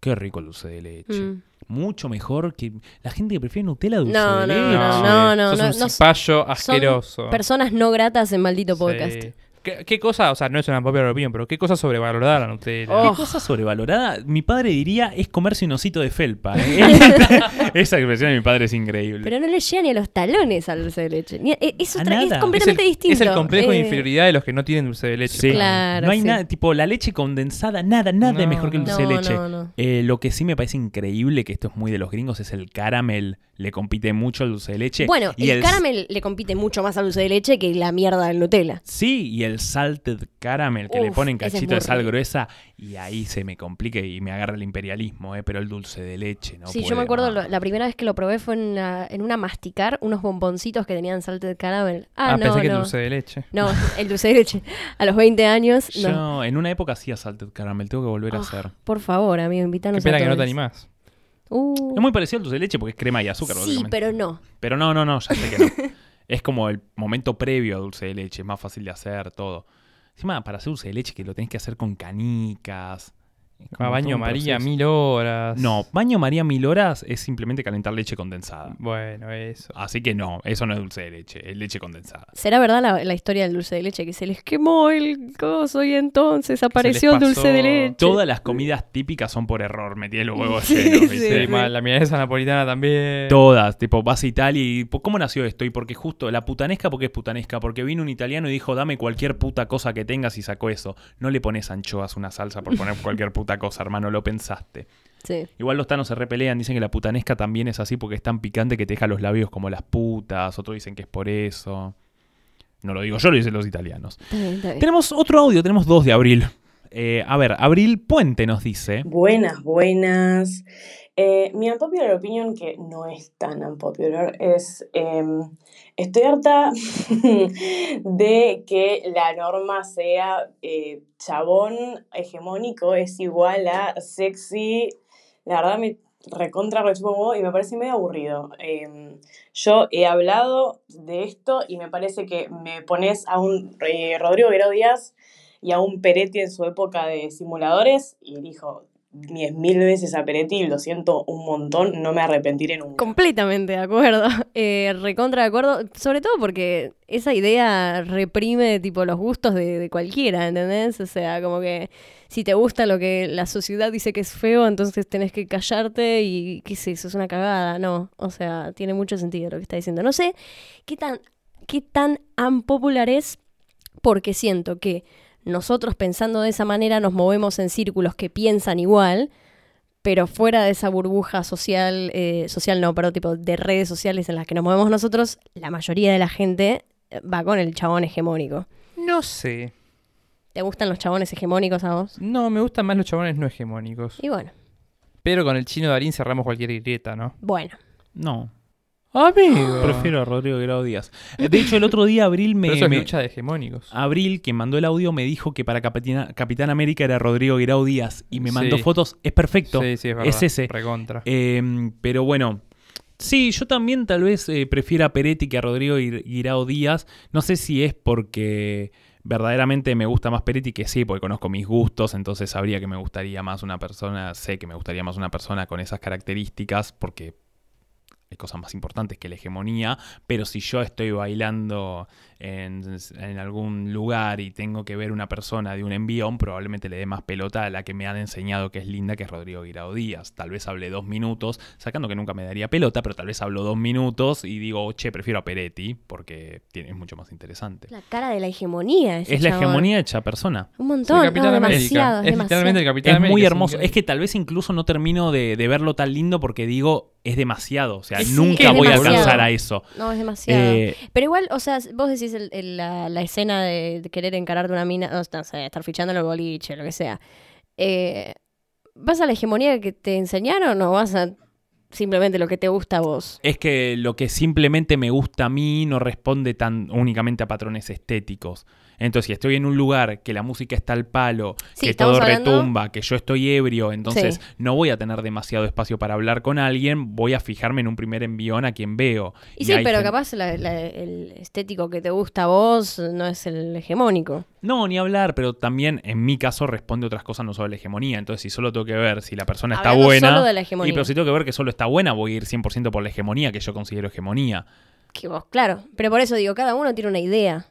Qué rico el dulce de leche.
Mm.
Mucho mejor que la gente que prefiere Nutella a dulce
No, no,
de leche.
no, no, no,
Ah, sos
no,
un
no-
cipallo asqueroso.
Personas no gratas en maldito podcast.
Sí. ¿Qué, qué cosa? O sea, no es una popular opinión, pero ¿qué cosa sobrevaloraron ustedes?
Oh.
¿Qué
Ugh.
cosa sobrevalorada? Mi padre diría es comerse un osito de felpa. ¿eh? Esa expresión de mi padre es increíble.
Pero no le llega ni a los talones al dulce de leche. Ni a- e- es,
A
otra- es
nada.
Es el,
completamente
es
distinto.
el complejo de
Eh,
inferioridad de los que no tienen dulce de leche.
Sí.
Claro,
no hay
sí.
nada, tipo la leche condensada, nada, nada
No,
mejor que el
no.
dulce de leche.
No, no, no.
Eh, lo que sí me parece increíble, que esto es muy de los gringos, es el caramel. Le compite mucho al dulce de leche.
Bueno,
y
el caramel le compite mucho más al dulce de leche que la mierda del Nutella.
Sí, y el salted caramel, que le
Uf,
ponen
ese es
cachito
muy
de sal
rico.
gruesa, y ahí se me complica y me agarra el imperialismo, eh, pero el dulce de leche, ¿no?
sí, yo
puede
me acuerdo,
más.
lo- la primera vez que lo probé fue en una, en una masticar, unos bomboncitos que tenían salte de caramel. Ah,
Ah,
no,
pensé que
no. Ah,
dulce de leche.
No, el dulce de leche. A los 20 años,
Yo
no.
en una época hacía salted caramel, tengo que
Ah.
volver a hacer.
Por favor, amigo,
Qué
invítanos
pena
a
que no te
todos.
animás.
Uh,
Es muy parecido al dulce de leche porque es crema y azúcar,
Sí,
básicamente.
pero no.
Pero no, no, no, ya sé que no. es como el momento previo a dulce de leche, es más fácil de hacer todo. Encima, para hacer dulce de leche que lo tenés que hacer con
A
canicas. es como todo
Ah, baño
un
María,
proceso.
mil horas.
No, baño María mil horas es simplemente calentar leche condensada.
Bueno, eso.
Así que no, eso no es dulce de leche, es leche condensada.
¿Será verdad la, la historia del dulce de leche? Que se les quemó el coso y entonces apareció el dulce de
pasó.
leche.
Todas las comidas típicas son por error, me tiene los huevos
Sí,
llenos.
sí.
¿viste?
Sí, mal, la milanesa napolitana también.
Todas, tipo, vas a Italia y po- ¿cómo nació esto? Y porque justo, la putanesca, porque es putanesca? Porque vino un italiano y dijo, dame cualquier puta cosa que tengas y sacó eso. No le pones anchoas una salsa por poner cualquier puta cosa, hermano, lo pensaste.
Sí.
Igual los tanos se repelean, dicen que la putanesca también es así porque es tan picante que te deja los labios como las putas, otros dicen que es por eso. No lo digo yo, lo dicen los italianos.
Está bien, está bien.
Tenemos otro audio, tenemos dos de abril. Eh, a ver, Abril Puente nos dice.
Buenas, buenas. Eh, mi unpopular opinion, que no es tan unpopular, es em, estoy harta de que la norma sea eh, chabón hegemónico es igual a sexy. La verdad me recontra rechupa un huevo y me parece medio aburrido. Em, yo he hablado de esto y me parece que me pones a un eh, Rodrigo Guerrero Díaz y a un Peretti en su época de simuladores y dijo diez mil veces a Peretti, lo siento un montón, no me arrepentiré nunca.
Completamente de acuerdo. Eh, recontra de acuerdo. Sobre todo porque esa idea reprime tipo los gustos de, de cualquiera, ¿entendés? O sea, como que si te gusta lo que la sociedad dice que es feo, entonces tenés que callarte y qué sé, eso es una cagada. No, o sea, tiene mucho sentido lo que está diciendo. No sé qué tan, qué tan unpopular es porque siento que nosotros pensando de esa manera nos movemos en círculos que piensan igual, pero fuera de esa burbuja social, eh, social no, pero tipo de redes sociales en las que nos movemos nosotros, la mayoría de la gente eh, va con el chabón hegemónico.
No sé.
¿Te gustan los chabones hegemónicos a vos?
No, me gustan más los chabones no hegemónicos.
Y bueno,
Pero con el chino Darín cerramos cualquier grieta, ¿no?
bueno.
No,
Amigo.
prefiero a Rodrigo Grau Díaz. Eh, De hecho, el otro día Abril me...
Pero eso es
me- Ah,
lucha de hegemónicos.
Abril, quien mandó el audio, me dijo que para Capitana- Capitán América era Rodrigo Guirao Díaz y me mandó
Sí.
fotos. Es perfecto.
Sí, sí, es verdad.
Es ese.
Recontra.
Eh, pero bueno, sí, yo también tal vez eh, prefiero a Peretti que a Rodrigo Guir- Guirao Díaz. No sé si es porque verdaderamente me gusta más Peretti que sí, porque conozco mis gustos, entonces sabría que me gustaría más una persona, sé que me gustaría más una persona con esas características, porque hay cosas más importantes que la hegemonía, pero si yo estoy bailando en, en algún lugar y tengo que ver una persona de un envión, probablemente le dé más pelota a la que me han enseñado que es linda, que es Rodrigo Guirao Díaz. Tal vez hable dos minutos, sacando que nunca me daría pelota, pero tal vez hablo dos minutos y digo, che, prefiero a Peretti, porque tiene, es mucho más interesante.
La cara de la hegemonía. ese
Es la
chabón.
hegemonía hecha persona.
Un montón, no, demasiado,
Es literalmente el
demasiado.
Capitán
es
América.
muy hermoso.
increíble.
Es que tal vez incluso no termino de, de verlo tan lindo porque digo, es demasiado. O sea,
Sí, es
nunca voy a
demasiado.
alcanzar a eso.
No, es demasiado.
Eh,
Pero igual, o sea, vos decís el- el- la, la escena de, de querer encarar de una mina, o sea, no sé, estar fichando el boliche, lo que sea. Eh, ¿Vas a la hegemonía que te enseñaron o vas a simplemente lo que te gusta a vos?
es que lo que simplemente me gusta a mí no responde tan únicamente a patrones estéticos. Entonces, si estoy en un lugar que la música está al palo,
Sí,
que
estamos
todo
hablando-
retumba, que yo estoy ebrio, entonces
Sí.
no voy a tener demasiado espacio para hablar con alguien, voy a fijarme en un primer envión a quien veo.
Y, sí,
hay
pero
gente-
capaz la- la- el estético que te gusta a vos no es el hegemónico.
No, ni hablar, pero también en mi caso responde otras cosas, no solo la hegemonía. Entonces, si solo tengo que ver si la persona está
Hablando
buena.
solo de la hegemonía.
Y pero si tengo que ver que solo está buena, voy a ir 100% por la hegemonía, que yo considero hegemonía.
Que vos, claro. Pero por eso digo, cada uno tiene una idea.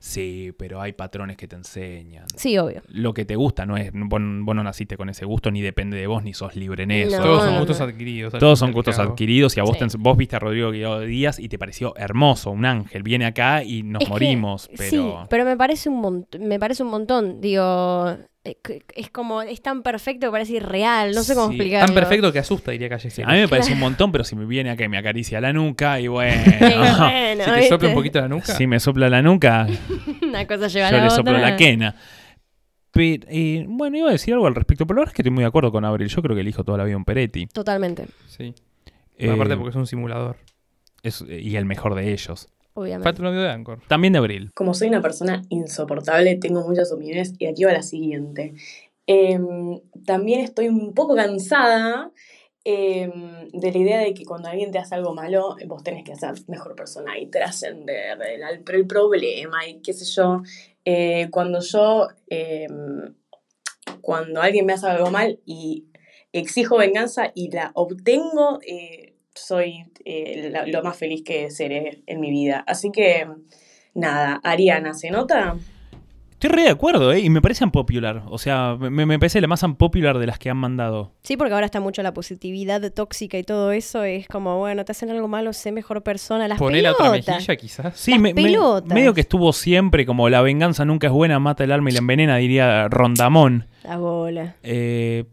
Sí, pero hay patrones que te enseñan.
Sí, obvio.
Lo que te gusta no es. Vos, vos no naciste con ese gusto, ni depende de vos, ni sos libre en eso.
No,
Todos son
no,
gustos
no.
adquiridos. al fin
Todos
y
son
al
gustos
cabo.
adquiridos y a vos,
Sí.
te- vos viste a Rodrigo Guido Díaz y te pareció hermoso, un ángel. Viene acá y nos
Es que-
morimos,
Sí,
pero...
pero me parece un montón, me parece un montón, digo, eh, c- es como, es tan perfecto que parece irreal, no sé cómo
Sí, tan
explicarlo.
Tan perfecto que asusta, diría Callejero.
A mí me parece un montón, pero si me viene acá y me acaricia la nuca y
Sí,
bueno...
bueno,
Si te
¿viste?
sopla un poquito la nuca.
si me sopla la nuca,
Una cosa lleva a
yo
la
le soplo
otra.
la quena. Pero, eh, bueno, iba a decir algo al respecto, pero la verdad es que estoy muy de acuerdo con Abril. Yo creo que elijo toda la vida un Peretti.
Totalmente,
Sí.
Eh,
Aparte porque es un simulador.
es- eh, y el mejor de ellos.
obviamente.
Falta un audio de Anchor.
También de Abril.
Como soy una persona insoportable, tengo muchas opiniones y aquí va la siguiente. Em, también estoy un poco cansada em, de la idea de que cuando alguien te hace algo malo, vos tenés que ser mejor persona y trascender el, al- el problema y qué sé yo. Eh, cuando yo, em, cuando alguien me hace algo mal y exijo venganza y la obtengo, eh, soy eh, la- lo más feliz que seré en mi vida. Así que... Nada, Ariana, ¿se nota?
Estoy re de acuerdo, ¿eh? Y me parece popular. O sea, me, me parece la más popular de las que han mandado.
Sí, porque ahora está mucho la positividad tóxica y todo eso, es como, bueno, te hacen algo malo, sé mejor persona, las
Poné la otra
pelotas.
mejilla, quizás.
Sí,
Las
me- me-
pelotas.
medio que estuvo siempre como la venganza nunca es buena, mata el alma y la envenena, diría Rondamón.
La bola.
Eh,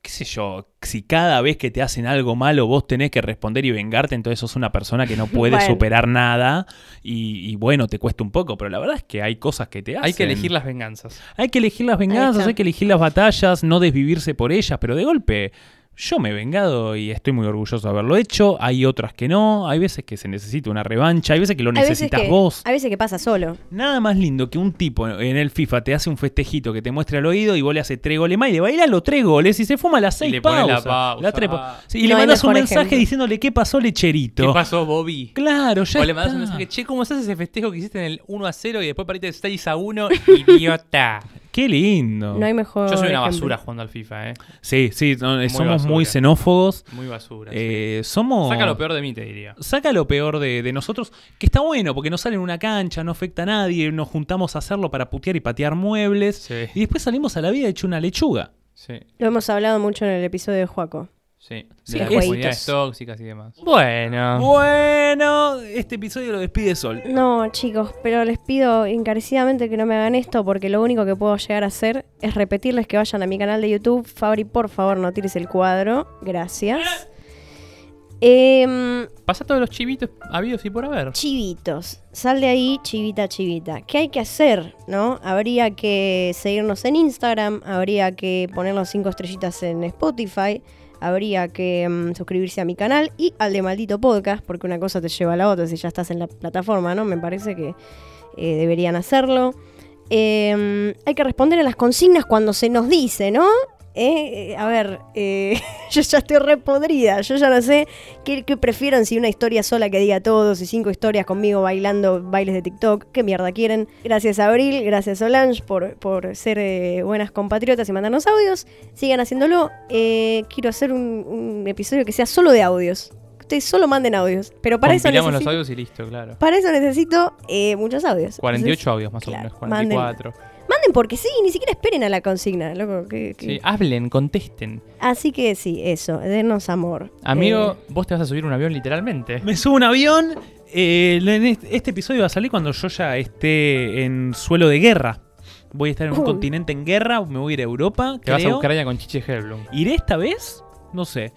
qué sé yo, si cada vez que te hacen algo malo vos tenés que responder y vengarte, entonces sos una persona que no puede
Bueno.
superar nada y, y bueno, te cuesta un poco, pero la verdad es que hay cosas que te hacen.
Hay que elegir las venganzas.
Hay que elegir las venganzas,
está.
hay que elegir las batallas, no desvivirse por ellas, pero de golpe yo me he vengado y estoy muy orgulloso de haberlo hecho. Hay otras que no, hay veces que se necesita una revancha, hay veces que lo
Hay veces
necesitas
que-
vos.
A veces que pasa solo.
Nada más lindo que un tipo en el FIFA te hace un festejito que te muestre al oído y vos le haces tres goles más y le baila los tres goles y se fuma las seis
le pone
pausas.
la pausa. Ah.
Las tres pa- Sí, y
No
le
hay
mandas un
mejor
mensaje
ejemplo.
diciéndole qué pasó lecherito.
¿Qué pasó, Bobby?
Claro, ya
o le mandas un
está.
mensaje, che, ¿cómo haces ese festejo que hiciste en el 1 a 0 y después pariste 6 a 1? Idiota.
Qué lindo.
No hay mejor
Yo soy una
ejemplo.
basura jugando al FIFA, eh.
Sí, sí, no,
Muy
somos muy
basura.
xenófobos.
Muy basura. sí.
Eh, somos...
Saca lo peor de mí, te diría.
saca lo peor de, de nosotros, que está bueno, porque no sale en una cancha, no afecta a nadie, nos juntamos a hacerlo para putear y patear muebles,
Sí,
y después salimos a la vida hecho una lechuga.
sí,
Lo hemos hablado mucho en el episodio de Juaco.
sí. De
Sí,
las
es-
comunidades tóxicas y demás. Bueno.
Bueno, este episodio lo despide Sol.
No, chicos, pero les pido encarecidamente que no me hagan esto porque lo único que puedo llegar a hacer es repetirles que vayan a mi canal de YouTube. Fabri, por favor, no tires el cuadro. Gracias. Em,
Pasa todos los chivitos habidos y por haber.
chivitos. Sal de ahí, chivita, chivita. ¿Qué hay que hacer? ¿No? Habría que seguirnos en Instagram, habría que ponernos cinco estrellitas en Spotify, habría que mm, suscribirse a mi canal y al de Maldito Podcast, porque una cosa te lleva a la otra si ya estás en la plataforma, ¿no? Me parece que eh, deberían hacerlo. Eh, hay que responder a las consignas cuando se nos dice, ¿no? Eh, eh, a ver, eh, yo ya estoy repodrida, yo ya no sé qué, qué prefieren si una historia sola que diga todo, si cinco historias conmigo bailando bailes de TikTok, qué mierda quieren. Gracias Abril, gracias Solange por, por ser eh, buenas compatriotas y mandarnos audios. Sigan haciéndolo. Eh, quiero hacer un, un episodio que sea solo de audios. Que Ustedes solo manden audios. Pero para eso
Compilamos los
necesito-
audios y listo, claro.
para eso necesito eh, muchos audios.
48 audios más
claro,
o menos, 44.
Entonces, manden porque sí, ni siquiera esperen a la consigna, loco. que- que-
Sí, hablen, contesten.
Así que sí, eso, denos amor.
Amigo,
Eh,
vos te vas a subir un avión literalmente.
Me subo a un avión. eh, en est- este episodio va a salir cuando yo ya esté en suelo de guerra. Voy a estar en un
Uy.
continente en guerra, me voy a ir a Europa.
Te vas a
creo.
Ucrania con Chiche Helblum.
¿Iré esta vez? No sé.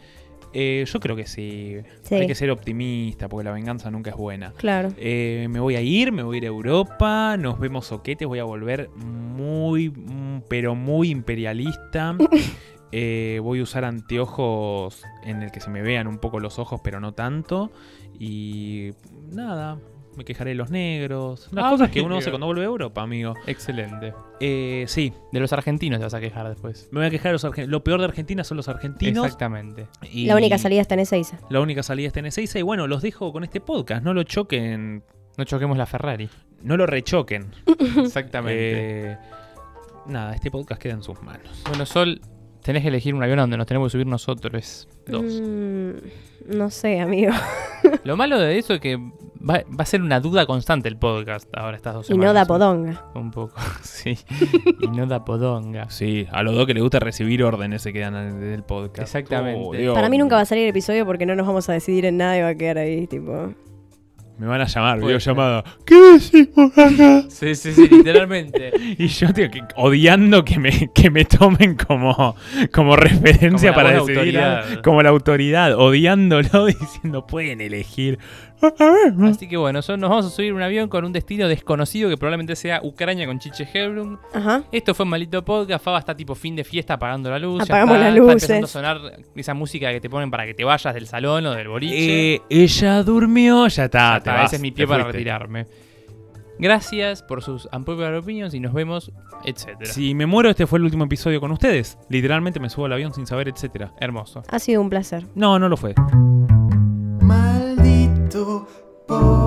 Eh, yo creo que sí.
Sí.
Hay que ser optimista porque la venganza nunca es buena.
claro.
Eh, me voy a ir, me voy a ir a Europa, nos vemos soquetes, voy a volver muy, mm, pero muy imperialista. Eh, voy a usar anteojos en el que se me vean un poco los ojos, pero no tanto. Y nada, me quejaré de los negros. Las
Ah,
cosas que uno
amigo.
hace cuando vuelve a Europa, amigo.
Excelente.
Eh, sí,
De los argentinos te vas a quejar después.
me voy a quejar de los argentinos. Lo peor de Argentina son los argentinos.
Exactamente.
y-
La única salida está en Ezeiza.
La única salida está en Ezeiza. Y bueno, los dejo con este podcast. No lo choquen,
No choquemos la Ferrari.
no lo rechoquen.
Exactamente.
Eh, nada, este podcast queda en sus manos.
Bueno, Sol, tenés que elegir un avión a donde nos tenemos que subir nosotros. Dos.
Mm, no sé, amigo.
Lo malo de eso es que va, va a ser una duda constante el podcast ahora estas dos
Y no
semanas.
da podonga.
Un poco, sí. y no da podonga.
Sí, a los dos que les gusta recibir órdenes se quedan en el podcast. Oh,
Exactamente.
Dios.
Para mí nunca va a salir el episodio porque no nos vamos a decidir en nada y va a quedar ahí, tipo.
Me van a llamar,
Puede ser.
videollamada. ¿Qué decimos acá?
Sí, sí, sí, literalmente.
Y yo, tío, que- odiando que me, que me tomen como, como referencia
Como la
para
voz de
decidir.
autoridad.
Como la autoridad, odiándolo, diciendo, pueden elegir.
Así que bueno, so- nos vamos a subir un avión con un destino desconocido que probablemente sea Ucrania con Chiche Hebrun.
Ajá.
Esto fue un malito podcast. Faba está tipo fin de fiesta apagando la luz. ya
Apagamos
está,
las
Está empezando
luces.
a sonar esa música que te ponen para que te vayas del salón o del boliche.
Eh, ella durmió, ya está.
Ya
te
está,
vas,
ese es mi
te
pie para
fuiste.
retirarme. Gracias por sus unpopular opinions y nos vemos, etcétera.
Si me muero, este fue el último episodio con ustedes. Literalmente me subo al avión sin saber, etcétera.
Hermoso.
Ha sido un placer.
No, no lo fue.
Maldito podcast.